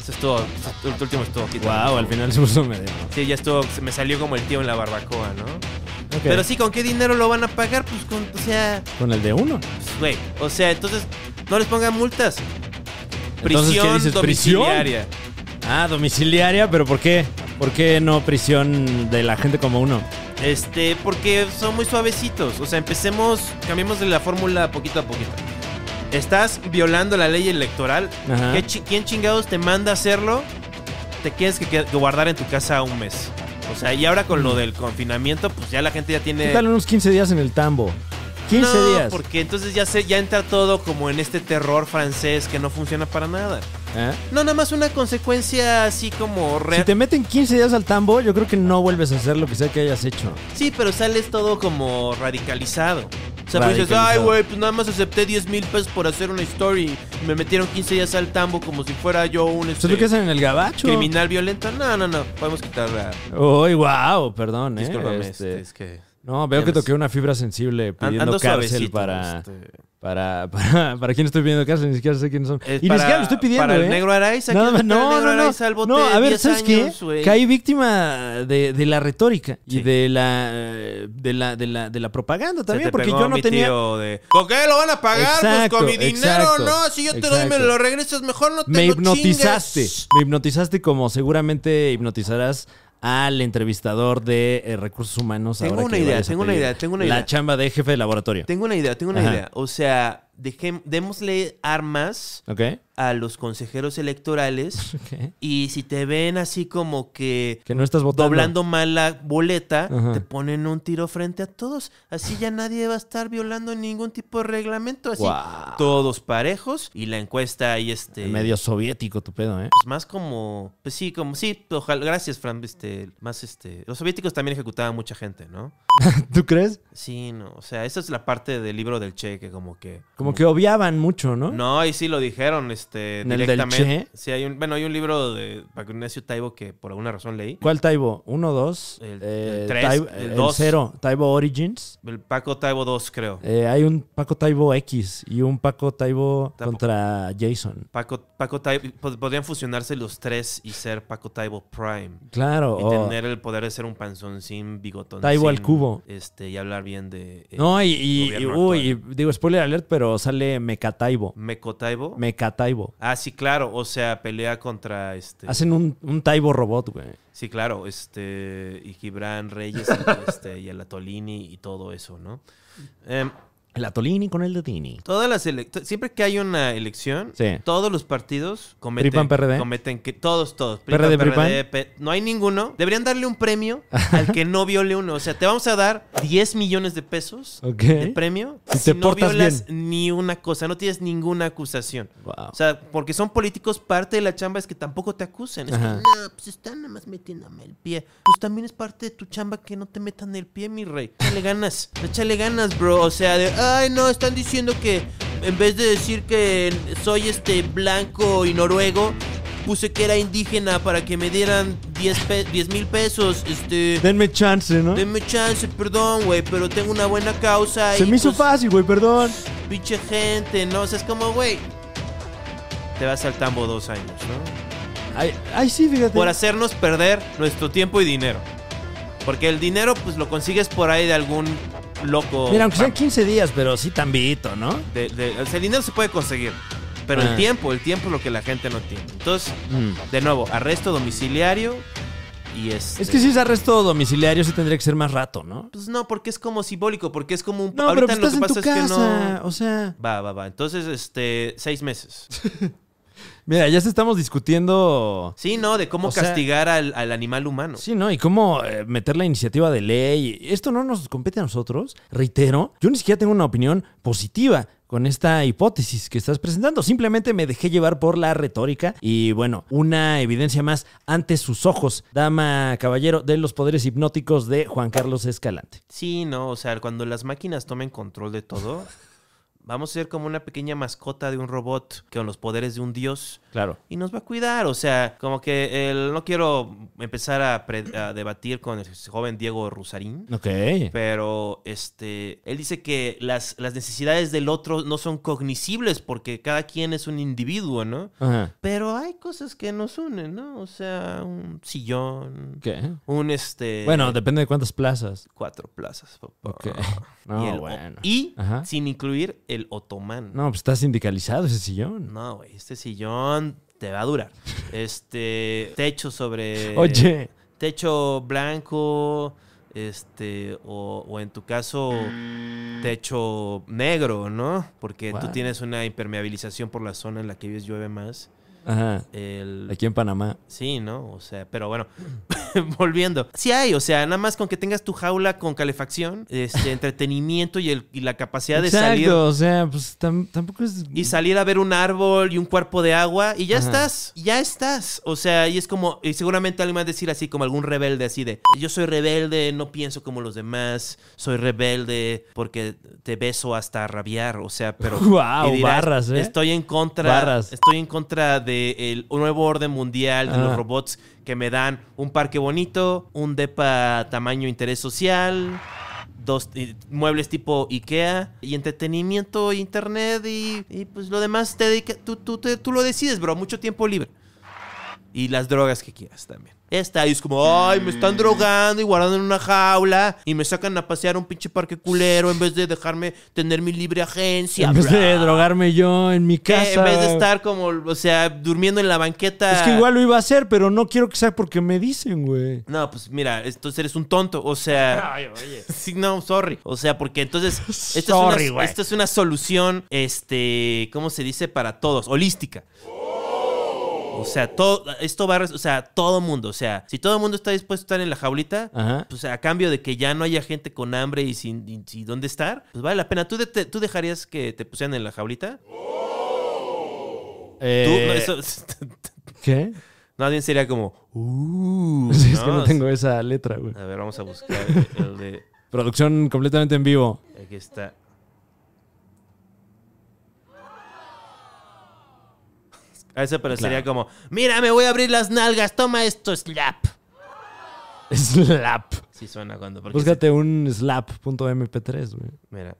[SPEAKER 2] Eso estuvo. El último estuvo aquí.
[SPEAKER 1] Wow, al final se puso medio.
[SPEAKER 2] Sí, ya estuvo. se me salió como el tío en la barbacoa, ¿no?
[SPEAKER 1] Ok.
[SPEAKER 2] Pero sí, ¿con qué dinero lo van a pagar? Pues con. O sea.
[SPEAKER 1] Con el de uno.
[SPEAKER 2] pues, Güey. O sea, entonces. No les pongan multas. Prisión
[SPEAKER 1] Entonces, ¿qué dices? ¿Prisión?
[SPEAKER 2] domiciliaria.
[SPEAKER 1] Ah, domiciliaria, pero ¿por qué? ¿Por qué no prisión de la gente como uno?
[SPEAKER 2] Este, porque son muy suavecitos. O sea, empecemos, cambiemos de la fórmula poquito a poquito. Estás violando la ley electoral.
[SPEAKER 1] Ajá.
[SPEAKER 2] ¿Qué chi- ¿Quién chingados te manda a hacerlo? Te tienes que, que- que guardar en tu casa un mes. O sea, y ahora con
[SPEAKER 1] Mm.
[SPEAKER 2] lo del confinamiento, pues ya la gente ya tiene...
[SPEAKER 1] ¿Qué tal unos 15 días en el tambo? 15
[SPEAKER 2] No,
[SPEAKER 1] días.
[SPEAKER 2] porque entonces ya, se, ya entra todo como en este terror francés que no funciona para nada.
[SPEAKER 1] ¿Eh?
[SPEAKER 2] No, nada más una consecuencia así como... re-
[SPEAKER 1] Si te meten 15 días al tambo, yo creo que no vuelves a hacer lo que sea que hayas hecho.
[SPEAKER 2] Sí, pero sales todo como radicalizado. O sea, pues dices,
[SPEAKER 1] Radicalizado.
[SPEAKER 2] ay, güey, pues nada más acepté 10 mil pesos por hacer una story. Y Me metieron 15 días al tambo como si fuera yo un
[SPEAKER 1] ¿Eso es
[SPEAKER 2] este,
[SPEAKER 1] lo que hacen en el gabacho?
[SPEAKER 2] criminal violento. No, no, no. Podemos quitar la...
[SPEAKER 1] Uy, wow, perdón, ¿eh?
[SPEAKER 2] Discúlpame,
[SPEAKER 1] Este,
[SPEAKER 2] este, es que...
[SPEAKER 1] No, veo
[SPEAKER 2] ya
[SPEAKER 1] que
[SPEAKER 2] ves.
[SPEAKER 1] toqué una fibra sensible
[SPEAKER 2] an-
[SPEAKER 1] pidiendo
[SPEAKER 2] ando
[SPEAKER 1] cárcel
[SPEAKER 2] suavecito,
[SPEAKER 1] para,
[SPEAKER 2] este.
[SPEAKER 1] para, para. ¿Para quién estoy pidiendo cárcel? Ni siquiera sé quiénes son.
[SPEAKER 2] Es
[SPEAKER 1] y ni
[SPEAKER 2] para-
[SPEAKER 1] siquiera lo estoy pidiendo.
[SPEAKER 2] Para
[SPEAKER 1] ¿eh?
[SPEAKER 2] el negro Araiza.
[SPEAKER 1] Nada
[SPEAKER 2] ¿Quieres
[SPEAKER 1] más-
[SPEAKER 2] meter al
[SPEAKER 1] no,
[SPEAKER 2] negro
[SPEAKER 1] no, no.
[SPEAKER 2] Araiza al bote
[SPEAKER 1] no,
[SPEAKER 2] de
[SPEAKER 1] a ver,
[SPEAKER 2] 10
[SPEAKER 1] ¿sabes
[SPEAKER 2] años,
[SPEAKER 1] qué?
[SPEAKER 2] güey?
[SPEAKER 1] Caí víctima de, de la retórica y
[SPEAKER 2] Sí.
[SPEAKER 1] de la, eh, de la de la de la propaganda
[SPEAKER 2] Se
[SPEAKER 1] también,
[SPEAKER 2] te
[SPEAKER 1] porque
[SPEAKER 2] pegó
[SPEAKER 1] yo no
[SPEAKER 2] mi
[SPEAKER 1] tenía
[SPEAKER 2] tío de, ¿Con qué lo van a pagar? pues
[SPEAKER 1] Exacto,
[SPEAKER 2] con mi dinero,
[SPEAKER 1] exacto,
[SPEAKER 2] ¿no? Si yo te doy, me
[SPEAKER 1] exacto.
[SPEAKER 2] lo regresas mejor, no te
[SPEAKER 1] me
[SPEAKER 2] lo
[SPEAKER 1] hipnotizaste,
[SPEAKER 2] chingues.
[SPEAKER 1] me hipnotizaste como seguramente hipnotizarás al entrevistador de eh, recursos humanos.
[SPEAKER 2] Tengo
[SPEAKER 1] ahora
[SPEAKER 2] una
[SPEAKER 1] que
[SPEAKER 2] idea,
[SPEAKER 1] vayas a
[SPEAKER 2] tengo una
[SPEAKER 1] pedir
[SPEAKER 2] idea, tengo una
[SPEAKER 1] La
[SPEAKER 2] idea.
[SPEAKER 1] chamba de jefe de laboratorio.
[SPEAKER 2] Tengo una idea, tengo una
[SPEAKER 1] Ajá.
[SPEAKER 2] idea. O sea, dejem- démosle armas
[SPEAKER 1] ¿Ok?
[SPEAKER 2] a los consejeros electorales
[SPEAKER 1] Ok.
[SPEAKER 2] y si te ven así como que
[SPEAKER 1] Que no estás votando.
[SPEAKER 2] doblando mal la boleta,
[SPEAKER 1] Ajá.
[SPEAKER 2] te ponen un tiro frente a todos. Así ya nadie va a estar violando ningún tipo de reglamento. Así
[SPEAKER 1] Guau.
[SPEAKER 2] todos parejos y la encuesta ahí este...
[SPEAKER 1] Medio soviético tu pedo, ¿eh?
[SPEAKER 2] pues, más como, pues sí, como sí, ojalá, gracias Fran, este, más este, los soviéticos también ejecutaban mucha gente, ¿no?
[SPEAKER 1] ¿Tú crees?
[SPEAKER 2] Sí, no, o sea, esa es la parte del libro del Che que como que
[SPEAKER 1] Como que obviaban mucho, ¿no?
[SPEAKER 2] No, ahí sí lo dijeron, este,
[SPEAKER 1] ¿En el del
[SPEAKER 2] directamente. Sí, hay un, bueno, hay un libro de Paco Ignacio Taibo que por alguna razón leí.
[SPEAKER 1] ¿Cuál Taibo? ¿Uno, dos?
[SPEAKER 2] El-
[SPEAKER 1] eh,
[SPEAKER 2] el tres,
[SPEAKER 1] Taibo-
[SPEAKER 2] el
[SPEAKER 1] el
[SPEAKER 2] dos.
[SPEAKER 1] cero. Taibo Origins.
[SPEAKER 2] El Paco Taibo 2, creo.
[SPEAKER 1] Eh, hay un Paco Taibo X y un Paco Taibo
[SPEAKER 2] Tampo-
[SPEAKER 1] contra Jason.
[SPEAKER 2] Paco, Paco Taibo, pod- podrían fusionarse los tres y ser Paco Taibo Prime.
[SPEAKER 1] Claro.
[SPEAKER 2] Y
[SPEAKER 1] o
[SPEAKER 2] tener el poder de ser un panzón sin bigotón.
[SPEAKER 1] Oh. Taibo al
[SPEAKER 2] sin-
[SPEAKER 1] cubo. huevo.
[SPEAKER 2] Este, y hablar bien de. eh,
[SPEAKER 1] oh. No, y, y- y,
[SPEAKER 2] gobierno
[SPEAKER 1] uy,
[SPEAKER 2] actual.
[SPEAKER 1] y digo, spoiler alert, pero sale Mecataibo.
[SPEAKER 2] Mecotaibo.
[SPEAKER 1] Mecataibo.
[SPEAKER 2] ah, sí, claro. O sea, pelea contra este.
[SPEAKER 1] Hacen un, un Taibo robot, güey.
[SPEAKER 2] Sí, claro, este, y Gibran Reyes este, y el Atolini y todo eso, ¿no? Em,
[SPEAKER 1] El Atolini con el de Tini.
[SPEAKER 2] todas las ele- t- siempre que hay una elección,
[SPEAKER 1] Sí.
[SPEAKER 2] todos los partidos cometen,
[SPEAKER 1] PRI, PAN, PRD.
[SPEAKER 2] cometen que todos, todos,
[SPEAKER 1] PRD, PRI,
[SPEAKER 2] pe- no hay ninguno. Deberían darle un premio al que no viole uno. O sea, te vamos a dar 10 millones de pesos
[SPEAKER 1] Ok.
[SPEAKER 2] de premio
[SPEAKER 1] Si te
[SPEAKER 2] no
[SPEAKER 1] portas
[SPEAKER 2] violas ni una cosa, no tienes ninguna acusación.
[SPEAKER 1] Wow.
[SPEAKER 2] O sea, porque son políticos, parte de la chamba es que tampoco te acusen. Es que,
[SPEAKER 1] Ajá.
[SPEAKER 2] no, pues están nada más metiéndome el pie. Pues también es parte de tu chamba que no te metan el pie, mi rey. Échale ganas, échale ganas, bro. O sea, de, ay, no, están diciendo que en vez de decir que soy este blanco y noruego, puse que era indígena para que me dieran 10 pe- 10 mil pesos. Este,
[SPEAKER 1] Denme chance, ¿no?
[SPEAKER 2] denme chance, perdón, güey, pero tengo una buena causa.
[SPEAKER 1] Se
[SPEAKER 2] y,
[SPEAKER 1] me hizo
[SPEAKER 2] pues,
[SPEAKER 1] fácil, güey, perdón.
[SPEAKER 2] pinche gente, ¿no? O sea, es como, güey, te vas al tambo dos años, ¿no?
[SPEAKER 1] Ay, ay, sí, fíjate.
[SPEAKER 2] Por hacernos perder nuestro tiempo y dinero. Porque el dinero, pues lo consigues por ahí de algún loco.
[SPEAKER 1] Mira, aunque sean 15 días, pero sí tambito, ¿no?
[SPEAKER 2] De- de- o sea, el dinero se puede conseguir. Pero
[SPEAKER 1] Ah.
[SPEAKER 2] el tiempo, el tiempo es lo que la gente no tiene. Entonces,
[SPEAKER 1] Mm.
[SPEAKER 2] de nuevo, arresto domiciliario y es.
[SPEAKER 1] Es que si es arresto domiciliario, sí tendría que ser más rato, ¿no?
[SPEAKER 2] Pues no, porque es como simbólico, porque es como un.
[SPEAKER 1] No, pero pues
[SPEAKER 2] lo
[SPEAKER 1] estás
[SPEAKER 2] que
[SPEAKER 1] en tu
[SPEAKER 2] pasa es que
[SPEAKER 1] casa.
[SPEAKER 2] no.
[SPEAKER 1] O sea,
[SPEAKER 2] Va, va, va. Entonces, este, seis meses.
[SPEAKER 1] mira, ya se estamos discutiendo.
[SPEAKER 2] Sí, ¿no? De cómo
[SPEAKER 1] O sea-
[SPEAKER 2] castigar al, al animal humano.
[SPEAKER 1] Sí, ¿no? Y cómo eh, meter la iniciativa de ley. Esto no nos compete a nosotros. Reitero, yo ni siquiera tengo una opinión positiva con esta hipótesis que estás presentando. Simplemente me dejé llevar por la retórica y bueno, una evidencia más ante sus ojos, dama caballero de los poderes hipnóticos de Juan Carlos Escalante.
[SPEAKER 2] Sí, no, o sea, cuando las máquinas tomen control de todo, vamos a ser como una pequeña mascota de un robot con los poderes de un dios
[SPEAKER 1] Claro.
[SPEAKER 2] y nos va a cuidar. O sea, como que el- no quiero empezar a, pre- a debatir con el joven Diego Rusarín.
[SPEAKER 1] Ok.
[SPEAKER 2] Pero este, él dice que las, las necesidades del otro no son cognicibles porque cada quien es un individuo, ¿no?
[SPEAKER 1] Ajá.
[SPEAKER 2] Pero hay cosas que nos unen, ¿no? O sea, un sillón,
[SPEAKER 1] ¿Qué?
[SPEAKER 2] un este...
[SPEAKER 1] Bueno, depende de cuántas plazas.
[SPEAKER 2] cuatro plazas, papá.
[SPEAKER 1] Ok. No,
[SPEAKER 2] y el o-
[SPEAKER 1] bueno.
[SPEAKER 2] y
[SPEAKER 1] Ajá.
[SPEAKER 2] sin incluir el otomán.
[SPEAKER 1] No, pues está sindicalizado ese sillón.
[SPEAKER 2] No, güey, este sillón te va a durar. Este, techo sobre...
[SPEAKER 1] Oye.
[SPEAKER 2] Techo blanco, este, o, o en tu caso, techo negro, ¿no? Porque tú
[SPEAKER 1] Wow.
[SPEAKER 2] tienes una impermeabilización por la zona en la que vives, llueve más.
[SPEAKER 1] Ajá.
[SPEAKER 2] El,
[SPEAKER 1] Aquí en Panamá.
[SPEAKER 2] Sí, ¿no? O sea, pero bueno, volviendo. Sí hay, o sea, nada más con que tengas tu jaula con calefacción, este, entretenimiento y, el, y la capacidad de
[SPEAKER 1] Exacto,
[SPEAKER 2] salir.
[SPEAKER 1] o sea, pues tam- tampoco es...
[SPEAKER 2] Y salir a ver un árbol y un cuerpo de agua y ya
[SPEAKER 1] Ajá.
[SPEAKER 2] estás, ya estás. O sea, y es como, y seguramente alguien va a decir así como algún rebelde así de, yo soy rebelde, no pienso como los demás, soy rebelde porque te beso hasta rabiar, o sea, pero...
[SPEAKER 1] Guau,
[SPEAKER 2] y dirás,
[SPEAKER 1] barras, ¿eh?
[SPEAKER 2] Estoy en contra,
[SPEAKER 1] Barras.
[SPEAKER 2] estoy en contra del nuevo orden mundial de
[SPEAKER 1] Ajá.
[SPEAKER 2] los robots que me dan un parque bonito, un depa tamaño interés social dos eh, muebles tipo Ikea y entretenimiento, internet y, y, pues lo demás te dedica, tú, tú, te- tú lo decides, bro, mucho tiempo libre. Y las drogas que quieras también. Esta y es como, ay, me están drogando y guardando en una jaula y me sacan a pasear a un pinche parque culero en vez de dejarme tener mi libre agencia.
[SPEAKER 1] en vez
[SPEAKER 2] bro".
[SPEAKER 1] de drogarme yo en mi
[SPEAKER 2] Que
[SPEAKER 1] casa.
[SPEAKER 2] Eh, en vez de estar como, o sea, durmiendo en la banqueta.
[SPEAKER 1] Es que igual lo iba a hacer, pero no quiero que sea porque me dicen, güey.
[SPEAKER 2] No, pues mira, entonces eres un tonto, o sea...
[SPEAKER 1] Ah.
[SPEAKER 2] Sí, no, sorry. O sea, porque entonces. Esta,
[SPEAKER 1] Sorry,
[SPEAKER 2] es, una,
[SPEAKER 1] güey.
[SPEAKER 2] esta es una solución, este. ¿Cómo se dice? Para todos, holística. O sea, todo, esto va a. res- O sea, todo mundo. O sea, si todo el mundo está dispuesto a estar en la jaulita,
[SPEAKER 1] Ajá.
[SPEAKER 2] pues a cambio de que ya no haya gente con hambre y sin, y- y dónde estar, pues vale la pena. ¿Tú, de- te- ¿Tú dejarías que te pusieran en la jaulita? Tú, no,
[SPEAKER 1] Eh,
[SPEAKER 2] eso. Pues,
[SPEAKER 1] ¿Qué?
[SPEAKER 2] Más bien sería como. Uh,
[SPEAKER 1] Sí, es que
[SPEAKER 2] ¿no?
[SPEAKER 1] no tengo esa letra, güey.
[SPEAKER 2] A ver, vamos a buscar el de.
[SPEAKER 1] Producción completamente en vivo.
[SPEAKER 2] Aquí está. A ese pero sería como, mira, me voy a abrir las nalgas, toma esto, slap.
[SPEAKER 1] Slap.
[SPEAKER 2] Sí suena cuando... porque
[SPEAKER 1] Búscate un slap.mp3, güey.
[SPEAKER 2] se- mira.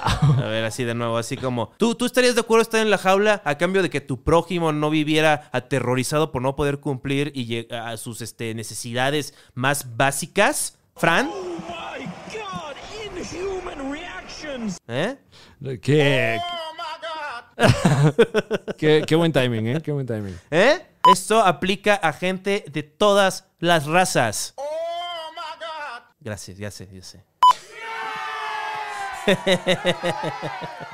[SPEAKER 2] A ver, así de nuevo, así como. ¿tú, ¿Tú estarías de acuerdo estar en la jaula a cambio de que tu prójimo no viviera aterrorizado por no poder cumplir y lleg- a sus este, necesidades más básicas? ¿Fran?
[SPEAKER 4] My God, inhuman reactions!
[SPEAKER 2] ¿Eh?
[SPEAKER 1] Qué,
[SPEAKER 4] Oh my God!
[SPEAKER 1] qué, qué buen timing, ¿eh? Qué buen timing.
[SPEAKER 2] ¿Eh? Esto aplica a gente de todas las razas.
[SPEAKER 4] Oh my God!
[SPEAKER 2] Gracias, ya sé, ya sé.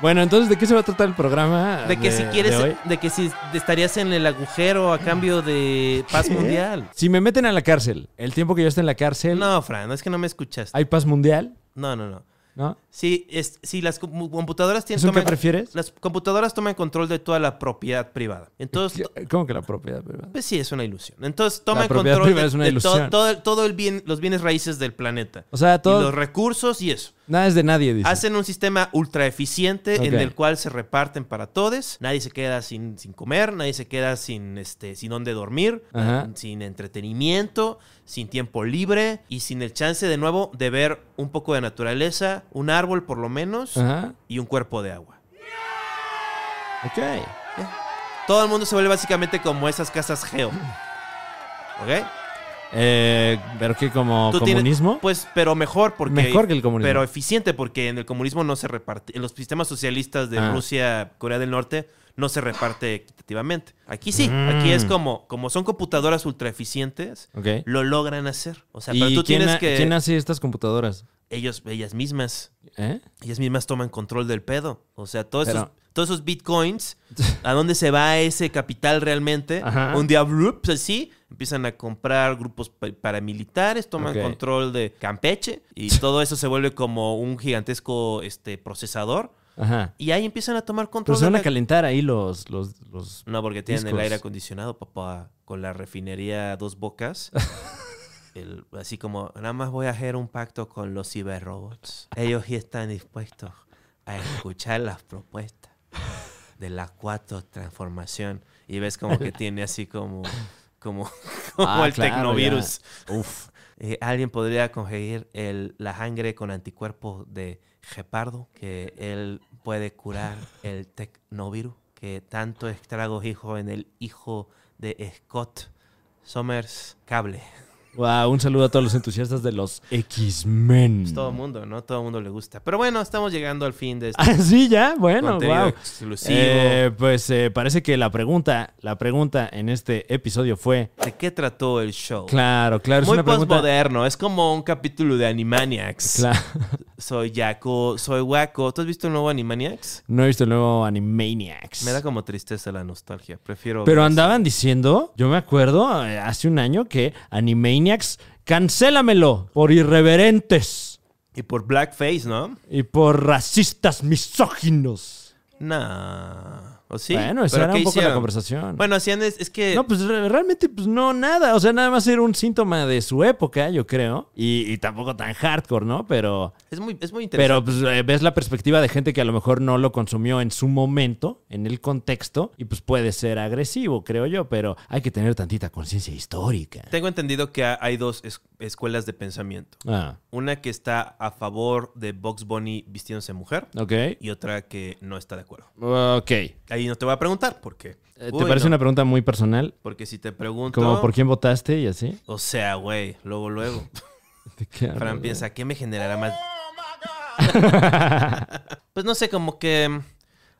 [SPEAKER 1] Bueno, entonces, ¿de qué se va a tratar el programa?
[SPEAKER 2] De que si quieres,
[SPEAKER 1] de
[SPEAKER 2] de,
[SPEAKER 1] hoy?
[SPEAKER 2] que si estarías en el agujero a cambio de paz mundial.
[SPEAKER 1] Si me meten a la cárcel, el tiempo que yo esté en la cárcel,
[SPEAKER 2] No, Fran, es que no me escuchaste.
[SPEAKER 1] ¿hay paz mundial?
[SPEAKER 2] No, no, no.
[SPEAKER 1] ¿No?
[SPEAKER 2] Si, es, si las com- computadoras tienen...
[SPEAKER 1] ¿Eso qué
[SPEAKER 2] toman-
[SPEAKER 1] prefieres?
[SPEAKER 2] Las computadoras toman control de toda la propiedad privada. Entonces, to-
[SPEAKER 1] ¿Cómo que la propiedad privada?
[SPEAKER 2] pues sí, es una ilusión. Entonces, toman
[SPEAKER 1] propiedad
[SPEAKER 2] control
[SPEAKER 1] privada
[SPEAKER 2] de,
[SPEAKER 1] es una
[SPEAKER 2] de to-
[SPEAKER 1] ilusión.
[SPEAKER 2] todo, todo el bien, los bienes raíces del planeta.
[SPEAKER 1] O sea, todo-
[SPEAKER 2] Y los recursos y eso.
[SPEAKER 1] Nada es de nadie, dice.
[SPEAKER 2] Hacen un sistema ultra eficiente en
[SPEAKER 1] Ok.
[SPEAKER 2] el cual se reparten para todos. Nadie se queda sin, sin comer, nadie se queda sin, este, sin dónde dormir, mm,
[SPEAKER 1] Ajá.
[SPEAKER 2] sin entretenimiento, sin tiempo libre y sin el chance de nuevo de ver un poco de naturaleza, un árbol por lo menos
[SPEAKER 1] Ajá.
[SPEAKER 2] y un cuerpo de agua.
[SPEAKER 1] Ok.
[SPEAKER 2] Todo el mundo se vuelve básicamente como esas casas geo. ¿Ok?
[SPEAKER 1] Eh, ¿Pero qué? ¿Como
[SPEAKER 2] Tú tienes-
[SPEAKER 1] comunismo?
[SPEAKER 2] pues, pero mejor porque.
[SPEAKER 1] Mejor que el comunismo.
[SPEAKER 2] Pero eficiente porque en el comunismo no se reparte. En los sistemas socialistas de
[SPEAKER 1] Ah.
[SPEAKER 2] Rusia, Corea del Norte, no se reparte equitativamente. Aquí sí. Aquí
[SPEAKER 1] Mm.
[SPEAKER 2] es como, como son computadoras ultra eficientes,
[SPEAKER 1] ok.
[SPEAKER 2] lo logran hacer. O sea,
[SPEAKER 1] ¿Y
[SPEAKER 2] pero tú
[SPEAKER 1] quién,
[SPEAKER 2] tienes
[SPEAKER 1] ha-
[SPEAKER 2] que.
[SPEAKER 1] quién hace estas computadoras?
[SPEAKER 2] Ellos, ellas mismas.
[SPEAKER 1] ¿Eh?
[SPEAKER 2] Ellas mismas toman control del pedo. O sea, todos,
[SPEAKER 1] Pero-
[SPEAKER 2] esos, todos esos bitcoins, ¿a dónde se va ese capital realmente?
[SPEAKER 1] Ajá.
[SPEAKER 2] Un día, blup, pues, así, empiezan a comprar grupos pa- paramilitares, toman
[SPEAKER 1] Ok.
[SPEAKER 2] control de Campeche y todo eso se vuelve como un gigantesco este, procesador.
[SPEAKER 1] Ajá.
[SPEAKER 2] Y ahí empiezan a tomar control
[SPEAKER 1] Pero se van
[SPEAKER 2] de
[SPEAKER 1] a
[SPEAKER 2] la-
[SPEAKER 1] calentar ahí los... los, los...
[SPEAKER 2] No, porque tienen el
[SPEAKER 1] discos.
[SPEAKER 2] aire acondicionado, papá, con la refinería Dos Bocas. El- así como, nada más voy a hacer un pacto con los ciberrobots. Ellos sí están dispuestos a escuchar las propuestas de la cuatro transformación. Y ves como que tiene así como, como, como
[SPEAKER 1] Ah,
[SPEAKER 2] el
[SPEAKER 1] claro,
[SPEAKER 2] tecnovirus.
[SPEAKER 1] Uf.
[SPEAKER 2] Eh, Alguien podría conseguir el- la sangre con anticuerpos de Gepardo, que él puede curar el tecnovirus, que tanto estragos hijo en el hijo de Scott Somers Cable.
[SPEAKER 1] Guau, un saludo a todos los entusiastas de los X-Men.
[SPEAKER 2] Pues todo el mundo, ¿no? Todo el mundo le gusta. Pero bueno, estamos llegando al fin de este
[SPEAKER 1] Ah, sí, ya, bueno,
[SPEAKER 2] contenido
[SPEAKER 1] wow.
[SPEAKER 2] exclusivo.
[SPEAKER 1] pues eh, parece que la pregunta, la pregunta en este episodio fue.
[SPEAKER 2] ¿De qué trató el show?
[SPEAKER 1] Claro, claro, es
[SPEAKER 2] Muy
[SPEAKER 1] una pregunta.
[SPEAKER 2] postmoderno, es como un capítulo de Animaniacs.
[SPEAKER 1] Claro.
[SPEAKER 2] Soy Yaco, soy Waco. ¿Tú has visto el nuevo Animaniacs?
[SPEAKER 1] No he visto el nuevo Animaniacs.
[SPEAKER 2] Me da como tristeza la nostalgia. Prefiero.
[SPEAKER 1] Pero
[SPEAKER 2] ver
[SPEAKER 1] andaban diciendo, yo me acuerdo eh, hace un año que Animaniacs, cancélamelo por irreverentes
[SPEAKER 2] Y por blackface, ¿no?
[SPEAKER 1] y por racistas misóginos.
[SPEAKER 2] No. ¿O sí?
[SPEAKER 1] Bueno, esa
[SPEAKER 2] ¿Pero
[SPEAKER 1] era
[SPEAKER 2] qué
[SPEAKER 1] un poco
[SPEAKER 2] hicieron?
[SPEAKER 1] la conversación.
[SPEAKER 2] Bueno, hacían es, es que...
[SPEAKER 1] no, pues re- realmente, pues no, nada. O sea, nada más era un síntoma de su época, yo creo. Y, y tampoco tan hardcore, ¿no? Pero,
[SPEAKER 2] es, muy, es muy interesante.
[SPEAKER 1] pero pues, eh, ves la perspectiva de gente que a lo mejor no lo consumió en su momento, en el contexto, y pues puede ser agresivo, creo yo. Pero hay que tener tantita conciencia histórica.
[SPEAKER 2] Tengo entendido que ha- hay dos es- escuelas de pensamiento.
[SPEAKER 1] Ah,
[SPEAKER 2] Una que está a favor de Box Bunny vistiéndose mujer
[SPEAKER 1] ok.
[SPEAKER 2] y otra que no está de acuerdo.
[SPEAKER 1] Ok. Eh,
[SPEAKER 2] Ahí no te voy a preguntar por qué.
[SPEAKER 1] ¿Te parece una pregunta muy personal?
[SPEAKER 2] Porque si te pregunto...
[SPEAKER 1] Como por quién votaste y así.
[SPEAKER 2] O sea, güey, luego, luego.
[SPEAKER 1] ¿De qué hablas,
[SPEAKER 2] Fran
[SPEAKER 1] güey?
[SPEAKER 2] piensa, ¿qué me generará más
[SPEAKER 4] Oh my God!
[SPEAKER 2] Pues no sé, como que. mm,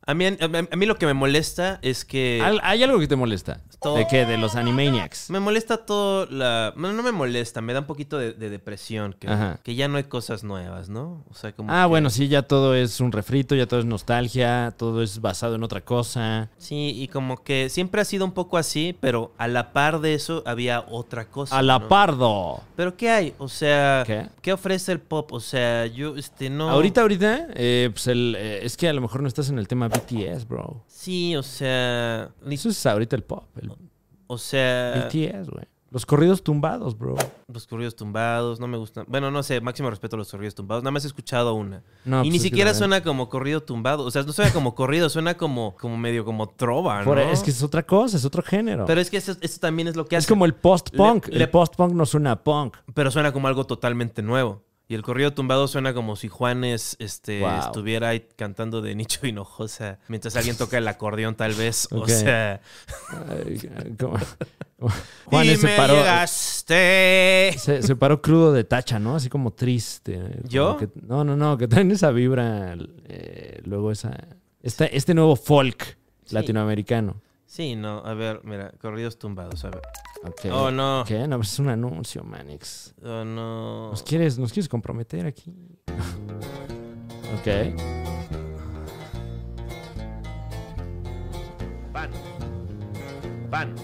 [SPEAKER 2] A mí, a mí- a mí lo que me molesta es que.
[SPEAKER 1] Al- ¿Hay algo que te molesta?
[SPEAKER 2] Todo.
[SPEAKER 1] ¿De qué? ¿De los Animaniacs?
[SPEAKER 2] Me molesta todo la. No, no me molesta, me da un poquito de, de depresión. Que,
[SPEAKER 1] Ajá.
[SPEAKER 2] que ya no hay cosas nuevas, ¿no? O sea, como.
[SPEAKER 1] Ah,
[SPEAKER 2] que-
[SPEAKER 1] bueno, sí, ya todo es un refrito, ya todo es nostalgia, todo es basado en otra cosa.
[SPEAKER 2] Sí, y como que siempre ha sido un poco así, pero a la par de eso había otra cosa.
[SPEAKER 1] ¡A la
[SPEAKER 2] ¿no?
[SPEAKER 1] pardo!
[SPEAKER 2] ¿Pero qué hay? O sea,
[SPEAKER 1] ¿Qué?
[SPEAKER 2] ¿qué, ofrece el pop? O sea, yo, este, no.
[SPEAKER 1] Ahorita, ahorita, eh, pues el, eh, es que a lo mejor no estás en el tema BTS, bro.
[SPEAKER 2] Sí, o sea. ni- Eh.
[SPEAKER 1] Eso es ahorita el pop, el
[SPEAKER 2] O sea.
[SPEAKER 1] BTS, güey. Los corridos tumbados, bro.
[SPEAKER 2] Los corridos tumbados, no me gustan. Bueno, no sé, máximo respeto a los corridos tumbados. Nada más he escuchado una.
[SPEAKER 1] No,
[SPEAKER 2] y
[SPEAKER 1] pues
[SPEAKER 2] ni
[SPEAKER 1] es que
[SPEAKER 2] siquiera
[SPEAKER 1] la
[SPEAKER 2] suena como corrido tumbado. O sea, no suena como corrido, suena como, como medio como trova, Ah, ¿no?
[SPEAKER 1] Por- e, es que es otra cosa, es otro género.
[SPEAKER 2] Pero es que eso, eso también es lo que
[SPEAKER 1] es
[SPEAKER 2] hace.
[SPEAKER 1] como el post-punk.
[SPEAKER 2] Le-
[SPEAKER 1] El
[SPEAKER 2] le-
[SPEAKER 1] post-punk no suena a punk.
[SPEAKER 2] Pero suena como algo totalmente nuevo. Y el corrido tumbado suena como si Juanes este,
[SPEAKER 1] Wow.
[SPEAKER 2] estuviera ahí cantando de Nicho Hinojosa mientras alguien toca el acordeón, tal vez.
[SPEAKER 1] Ok.
[SPEAKER 2] O sea,
[SPEAKER 1] Ay, ¿cómo? Juanes
[SPEAKER 2] y
[SPEAKER 1] se
[SPEAKER 2] me
[SPEAKER 1] paró,
[SPEAKER 2] llegaste.
[SPEAKER 1] se, se paró crudo de tacha, ¿no? Así como triste. como
[SPEAKER 2] ¿Yo?
[SPEAKER 1] que- no, no, no, que traen esa vibra, eh, luego esa... esta- este nuevo folk latinoamericano.
[SPEAKER 2] Sí, no, a ver, mira, corridos tumbados, a ver.
[SPEAKER 1] Ok. Pues,
[SPEAKER 2] Oh, no.
[SPEAKER 1] ¿Qué? No, pues es un anuncio, Manix.
[SPEAKER 2] Oh, no.
[SPEAKER 1] ¿Nos quieres, nos quieres comprometer aquí? ok.
[SPEAKER 2] Pan. Pan.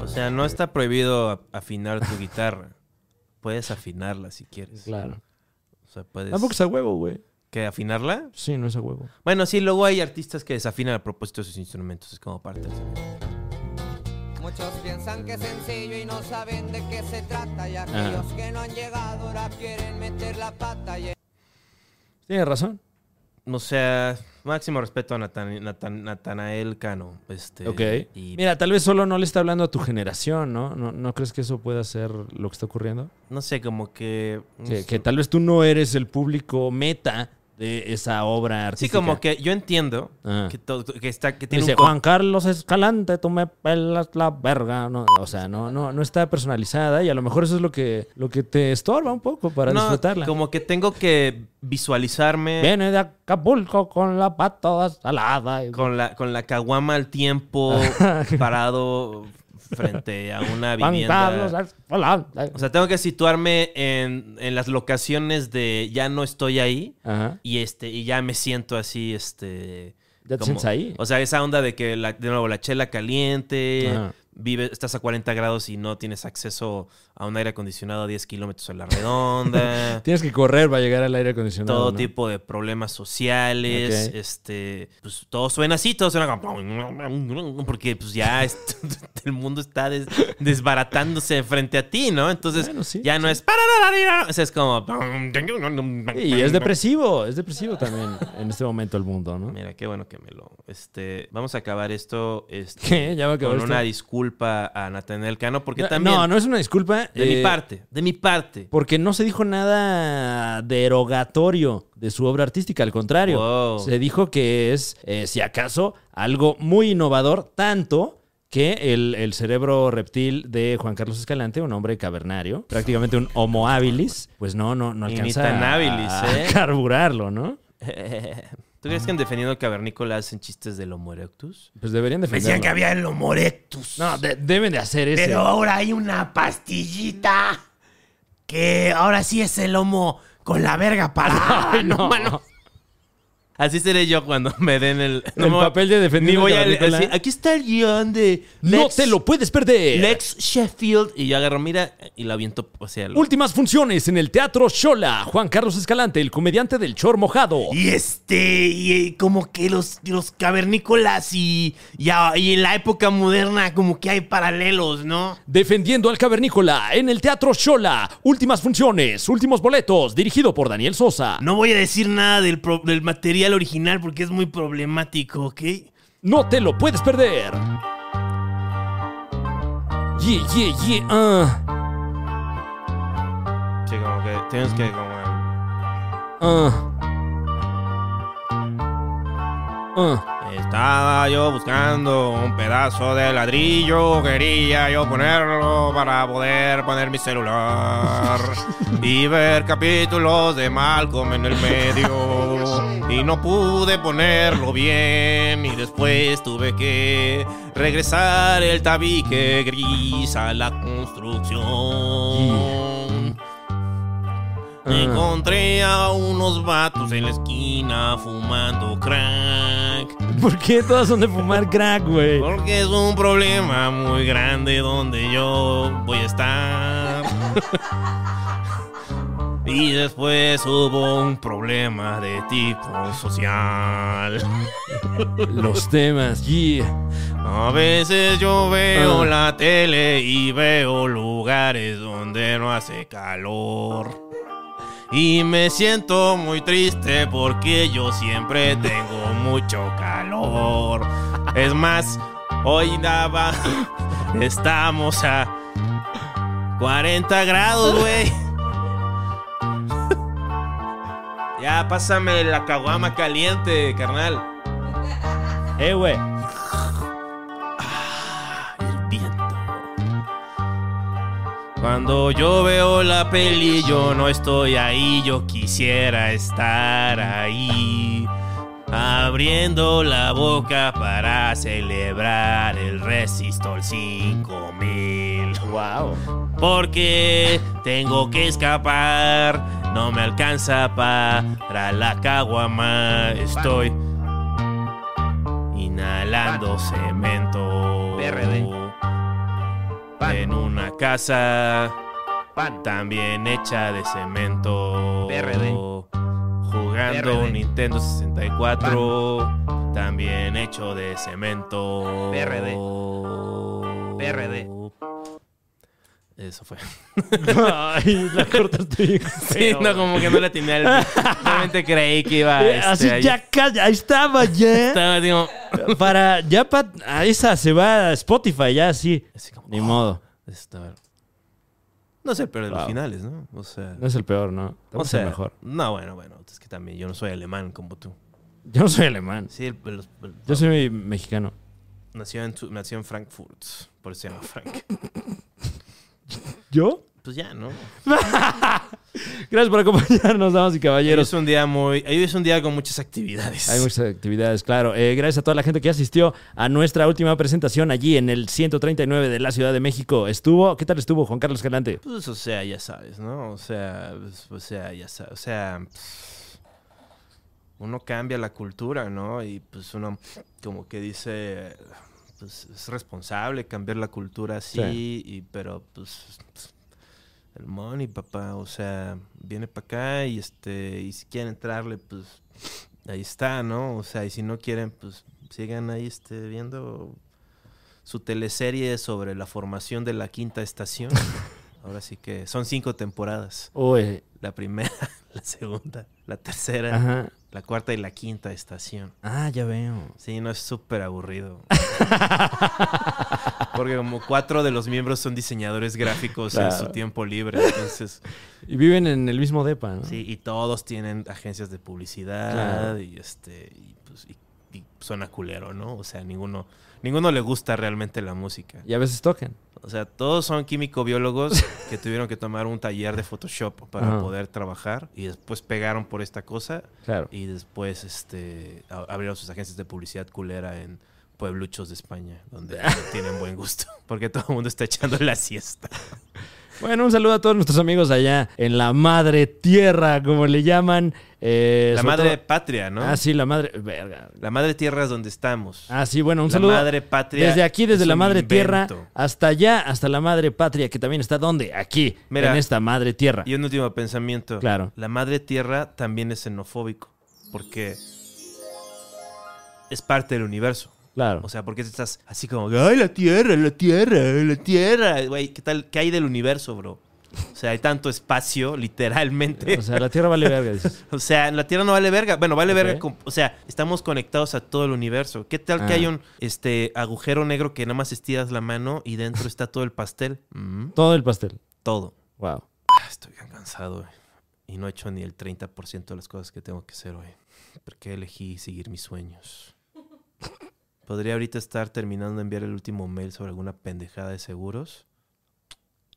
[SPEAKER 2] O sea, no está prohibido a- afinar tu guitarra. Puedes afinarla si quieres.
[SPEAKER 1] Claro.
[SPEAKER 2] O sea, puedes...
[SPEAKER 1] Tampoco es a huevo, güey.
[SPEAKER 2] ¿Qué, afinarla?
[SPEAKER 1] Sí, no es a huevo.
[SPEAKER 2] Bueno, sí, luego hay artistas que desafinan a propósito sus instrumentos. Es como parte del-
[SPEAKER 5] Muchos piensan que es sencillo y no saben de qué se trata. Y aquellos que no han llegado ahora quieren meter la pata. Y
[SPEAKER 1] Tienes razón.
[SPEAKER 2] O sea, máximo respeto a Natan- Natan- Natanael Cano. Este,
[SPEAKER 1] Ok.
[SPEAKER 2] Y
[SPEAKER 1] Mira, tal vez solo no le está hablando a tu generación, ¿no? ¿No, no crees que eso pueda ser lo que está ocurriendo?
[SPEAKER 2] no sé, como que... no
[SPEAKER 1] Que,
[SPEAKER 2] sé.
[SPEAKER 1] que tal vez tú no eres el público meta de esa obra
[SPEAKER 2] Sí,
[SPEAKER 1] artística.
[SPEAKER 2] como que yo entiendo
[SPEAKER 1] Ajá.
[SPEAKER 2] que, todo- que está, que tiene
[SPEAKER 1] Dice,
[SPEAKER 2] un... co-
[SPEAKER 1] Juan Carlos Escalante, tú me pelas la verga. No, o sea, no, no, no está personalizada y a lo mejor eso es lo que, lo que te estorba un poco para
[SPEAKER 2] No,
[SPEAKER 1] disfrutarla.
[SPEAKER 2] como que tengo que visualizarme...
[SPEAKER 1] Viene de Acapulco con la pata salada. y-
[SPEAKER 2] con la con la caguama al tiempo parado frente a una
[SPEAKER 1] Juan Carlos
[SPEAKER 2] vivienda.
[SPEAKER 1] Escalante.
[SPEAKER 2] O sea, tengo que situarme en, en las locaciones de ya no estoy ahí
[SPEAKER 1] Ajá.
[SPEAKER 2] y este y ya me siento así este
[SPEAKER 1] Ya te sientes ahí.
[SPEAKER 2] O sea, esa onda de que la- de nuevo la chela caliente,
[SPEAKER 1] Ajá.
[SPEAKER 2] vive, estás a 40 grados y no tienes acceso a un aire acondicionado a 10 kilómetros a la redonda.
[SPEAKER 1] Tienes que correr para llegar al aire acondicionado.
[SPEAKER 2] todo
[SPEAKER 1] ¿no?
[SPEAKER 2] tipo de problemas sociales,
[SPEAKER 1] Ok.
[SPEAKER 2] este, pues todo suena así, todo suena como porque pues ya es- el mundo está des- desbaratándose frente a ti, ¿no? Entonces
[SPEAKER 1] Bueno, sí,
[SPEAKER 2] ya no es o sea, es como
[SPEAKER 1] Y es depresivo, es depresivo también en este momento el mundo, ¿no?
[SPEAKER 2] Mira, qué bueno que me lo este, vamos a acabar esto este
[SPEAKER 1] ¿Qué? Ya va a acabar
[SPEAKER 2] con
[SPEAKER 1] esto.
[SPEAKER 2] una disculpa a Nathaniel Cano porque
[SPEAKER 1] No,
[SPEAKER 2] también
[SPEAKER 1] No, no es una disculpa.
[SPEAKER 2] de mi
[SPEAKER 1] eh,
[SPEAKER 2] parte, de mi parte.
[SPEAKER 1] Porque no se dijo nada derogatorio de su obra artística, al contrario.
[SPEAKER 2] Wow.
[SPEAKER 1] Se dijo que es, eh, si acaso, algo muy innovador, tanto que el, el cerebro reptil de Juan Carlos Escalante, un hombre cavernario, prácticamente un homo habilis, pues no, no, no
[SPEAKER 2] Ni
[SPEAKER 1] alcanza
[SPEAKER 2] tan
[SPEAKER 1] a-
[SPEAKER 2] habilis,
[SPEAKER 1] a,
[SPEAKER 2] ¿eh?
[SPEAKER 1] carburarlo, ¿no?
[SPEAKER 2] ¿Tú crees que
[SPEAKER 1] Ah.
[SPEAKER 2] en defendiendo el cavernícola hacen chistes del Homo erectus?
[SPEAKER 1] Pues deberían
[SPEAKER 6] Me decían
[SPEAKER 1] defenderlo.
[SPEAKER 6] que había el Homo erectus.
[SPEAKER 1] No, de- deben de hacer eso.
[SPEAKER 6] pero ahora hay una pastillita que ahora sí es el Homo con la verga parada.
[SPEAKER 1] no,
[SPEAKER 2] Así seré yo cuando me den el,
[SPEAKER 1] El
[SPEAKER 2] me-
[SPEAKER 1] papel de defendiendo
[SPEAKER 2] ni voy a
[SPEAKER 1] a Nicolás.
[SPEAKER 2] así, Aquí está el guión de
[SPEAKER 1] No
[SPEAKER 2] Lex,
[SPEAKER 1] te lo puedes perder.
[SPEAKER 2] Lex Sheffield. Y yo agarro, mira, y la aviento. O sea, lo-
[SPEAKER 1] Últimas funciones en el Teatro Shola. Juan Carlos Escalante, el comediante del Chor Mojado.
[SPEAKER 6] Y este, y, eh, como que los, los cavernícolas y, y, a- y en la época moderna como que hay paralelos, ¿no?
[SPEAKER 1] Defendiendo al Cavernícola en el Teatro Shola. Últimas funciones, últimos boletos, dirigido por Daniel Sosa.
[SPEAKER 6] No voy a decir nada del, pro- del material original porque es muy problemático, ¿ok?
[SPEAKER 1] No te lo puedes perder. Yeah, yeah, yeah, ah,
[SPEAKER 2] Sí, como que tienes que como,
[SPEAKER 1] ah. Ah.
[SPEAKER 2] Estaba yo buscando un pedazo de ladrillo. Quería yo ponerlo para poder poner mi celular. y ver capítulos de Malcolm en el medio. y no pude ponerlo bien. Y después tuve que regresar el tabique gris a la construcción. Encontré a unos vatos en la esquina fumando crack.
[SPEAKER 1] ¿Por qué todas son de fumar crack, güey?
[SPEAKER 2] Porque es un problema muy grande donde yo voy a estar. y después hubo un problema de tipo social.
[SPEAKER 1] Los temas, yeah.
[SPEAKER 2] A veces yo veo
[SPEAKER 1] Ah.
[SPEAKER 2] la tele y veo lugares donde no hace calor. Y me siento muy triste porque yo siempre tengo mucho calor. Es más, hoy daba. Estamos a 40 grados, güey. Ya, pásame la caguama caliente, carnal.
[SPEAKER 1] Eh, güey.
[SPEAKER 2] El viento. Cuando yo veo la peli, yo no estoy ahí, yo quisiera estar ahí. Abriendo la boca para celebrar el Resistol 5000.
[SPEAKER 1] Wow.
[SPEAKER 2] Porque tengo que escapar. No me alcanza para la caguama. Estoy inhalando cemento.
[SPEAKER 7] PRD. Pan.
[SPEAKER 2] En una casa también hecha de cemento.
[SPEAKER 7] PRD.
[SPEAKER 2] Jugando
[SPEAKER 7] PRD.
[SPEAKER 2] un Nintendo 64. También hecho de cemento.
[SPEAKER 7] PRD. PRD.
[SPEAKER 2] Eso fue.
[SPEAKER 1] Ay, la cortaste bien
[SPEAKER 2] Sí,
[SPEAKER 1] feo.
[SPEAKER 2] no, como que no la tenía. Realmente creí que iba
[SPEAKER 1] Eh,
[SPEAKER 2] este,
[SPEAKER 1] Así
[SPEAKER 2] ahí
[SPEAKER 1] ya calla, ahí estaba ya.
[SPEAKER 2] Estaba, digo,
[SPEAKER 1] Para, ya pa, a esa se va a Spotify, ya así.
[SPEAKER 2] así como,
[SPEAKER 1] Ni
[SPEAKER 2] oh,
[SPEAKER 1] modo.
[SPEAKER 2] estaba- No sé, pero de los
[SPEAKER 1] Wow.
[SPEAKER 2] finales, ¿no? O sea,
[SPEAKER 1] No es el peor, ¿no?
[SPEAKER 2] o
[SPEAKER 1] Vamos a
[SPEAKER 2] sea,
[SPEAKER 1] ser mejor.
[SPEAKER 2] No, bueno, bueno. Es que también yo no soy alemán como tú.
[SPEAKER 1] Yo no soy alemán.
[SPEAKER 2] Sí, el- el- el-
[SPEAKER 1] Yo soy mexicano.
[SPEAKER 2] nació, en, su- nació en Frankfurt. Por eso se llama Frank.
[SPEAKER 1] ¿Yo?
[SPEAKER 2] Pues ya, ¿no?
[SPEAKER 1] Gracias por acompañarnos, damas y
[SPEAKER 2] Hoy
[SPEAKER 1] caballeros.
[SPEAKER 2] es un día muy. Hoy es un día con muchas actividades.
[SPEAKER 1] Hay muchas actividades, claro. Eh, gracias a toda la gente que asistió a nuestra última presentación allí en el 139 de la Ciudad de México. Estuvo, ¿qué tal estuvo Juan Carlos Calante?
[SPEAKER 2] Pues, o sea, ya sabes, ¿no? O sea, pues, o sea, ya sabes, o sea, pues, uno cambia la cultura, ¿no? Y pues uno como que dice, pues es responsable cambiar la cultura así,
[SPEAKER 1] Sí.
[SPEAKER 2] y, pero pues el money, papá, o sea, viene para acá y este, y si quieren entrarle, pues ahí está, ¿no? O sea, y si no quieren, pues sigan ahí este, viendo su teleserie sobre la formación de la quinta estación. Ahora sí que son cinco temporadas.
[SPEAKER 1] Uy,
[SPEAKER 2] La primera, la segunda, la tercera,
[SPEAKER 1] ajá.
[SPEAKER 2] la cuarta y la quinta estación.
[SPEAKER 1] Ah, ya veo.
[SPEAKER 2] Sí, no es súper aburrido. Porque como cuatro de los miembros son diseñadores gráficos en su
[SPEAKER 1] Claro.
[SPEAKER 2] tiempo libre. Entonces,
[SPEAKER 1] Y viven en el mismo depa, ¿no?
[SPEAKER 2] sí, y todos tienen agencias de publicidad
[SPEAKER 1] Claro.
[SPEAKER 2] y este y, pues, y- y suena culero, ¿no? O sea, ninguno ninguno le gusta realmente la música.
[SPEAKER 1] Y a veces tocan.
[SPEAKER 2] O sea, todos son químico-biólogos que tuvieron que tomar un taller de Photoshop para
[SPEAKER 1] Ajá.
[SPEAKER 2] poder trabajar y después pegaron por esta cosa
[SPEAKER 1] Claro.
[SPEAKER 2] y después este, a- abrieron sus agencias de publicidad culera en puebluchos de España, donde no tienen buen gusto, porque todo el mundo está echando la siesta.
[SPEAKER 1] Bueno, un saludo a todos nuestros amigos allá en la madre tierra, como le llaman. Eh,
[SPEAKER 2] La
[SPEAKER 1] sobre
[SPEAKER 2] madre
[SPEAKER 1] todo-
[SPEAKER 2] patria, ¿no?
[SPEAKER 1] Ah, sí, la madre. Verga.
[SPEAKER 2] La madre tierra es donde estamos.
[SPEAKER 1] Ah, sí, bueno, un
[SPEAKER 2] La
[SPEAKER 1] saludo.
[SPEAKER 2] madre patria
[SPEAKER 1] Desde aquí, desde
[SPEAKER 2] es
[SPEAKER 1] la
[SPEAKER 2] un
[SPEAKER 1] madre tierra,
[SPEAKER 2] invento.
[SPEAKER 1] hasta allá, hasta la madre patria, que también está ¿dónde? Aquí,
[SPEAKER 2] Mira.
[SPEAKER 1] en esta madre tierra.
[SPEAKER 2] Y un último pensamiento.
[SPEAKER 1] Claro.
[SPEAKER 2] La madre tierra también es xenofóbico, porque es parte del universo.
[SPEAKER 1] Claro.
[SPEAKER 2] O sea, porque estás así como, ay, la tierra, la tierra, la tierra. Güey, ¿qué tal? ¿Qué hay del universo, bro? O sea, hay tanto espacio, literalmente.
[SPEAKER 1] O sea, la tierra vale verga, dices.
[SPEAKER 2] O sea, la Tierra no vale verga. Bueno, vale
[SPEAKER 1] Ok.
[SPEAKER 2] verga. con- o sea, estamos conectados a todo el universo. ¿Qué tal que
[SPEAKER 1] Ah.
[SPEAKER 2] hay un este, agujero negro que nada más estiras la mano y dentro está todo el pastel? Mm,
[SPEAKER 1] Todo el pastel.
[SPEAKER 2] todo.
[SPEAKER 1] Wow.
[SPEAKER 2] Ah, Estoy bien cansado güey. y no he hecho ni el 30% de las cosas que tengo que hacer hoy. Porque elegí seguir mis sueños. Podría ahorita estar terminando de enviar el último mail sobre alguna pendejada de seguros.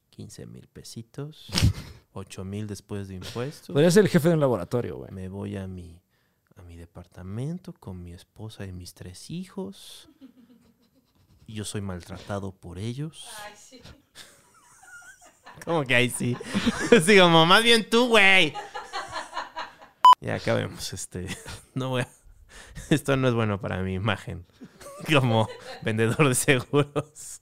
[SPEAKER 2] 15 mil pesitos. 8 mil después de impuestos.
[SPEAKER 1] Podría ser el jefe de un laboratorio, güey.
[SPEAKER 2] Me voy a mi, a mi departamento con mi esposa y mis tres hijos. Y yo soy maltratado por ellos. Ay, sí. ¿Cómo que ahí sí? Así como, más bien tú, güey. Ya acabemos, este. No voy a- Esto no es bueno para mi imagen. Como vendedor de seguros.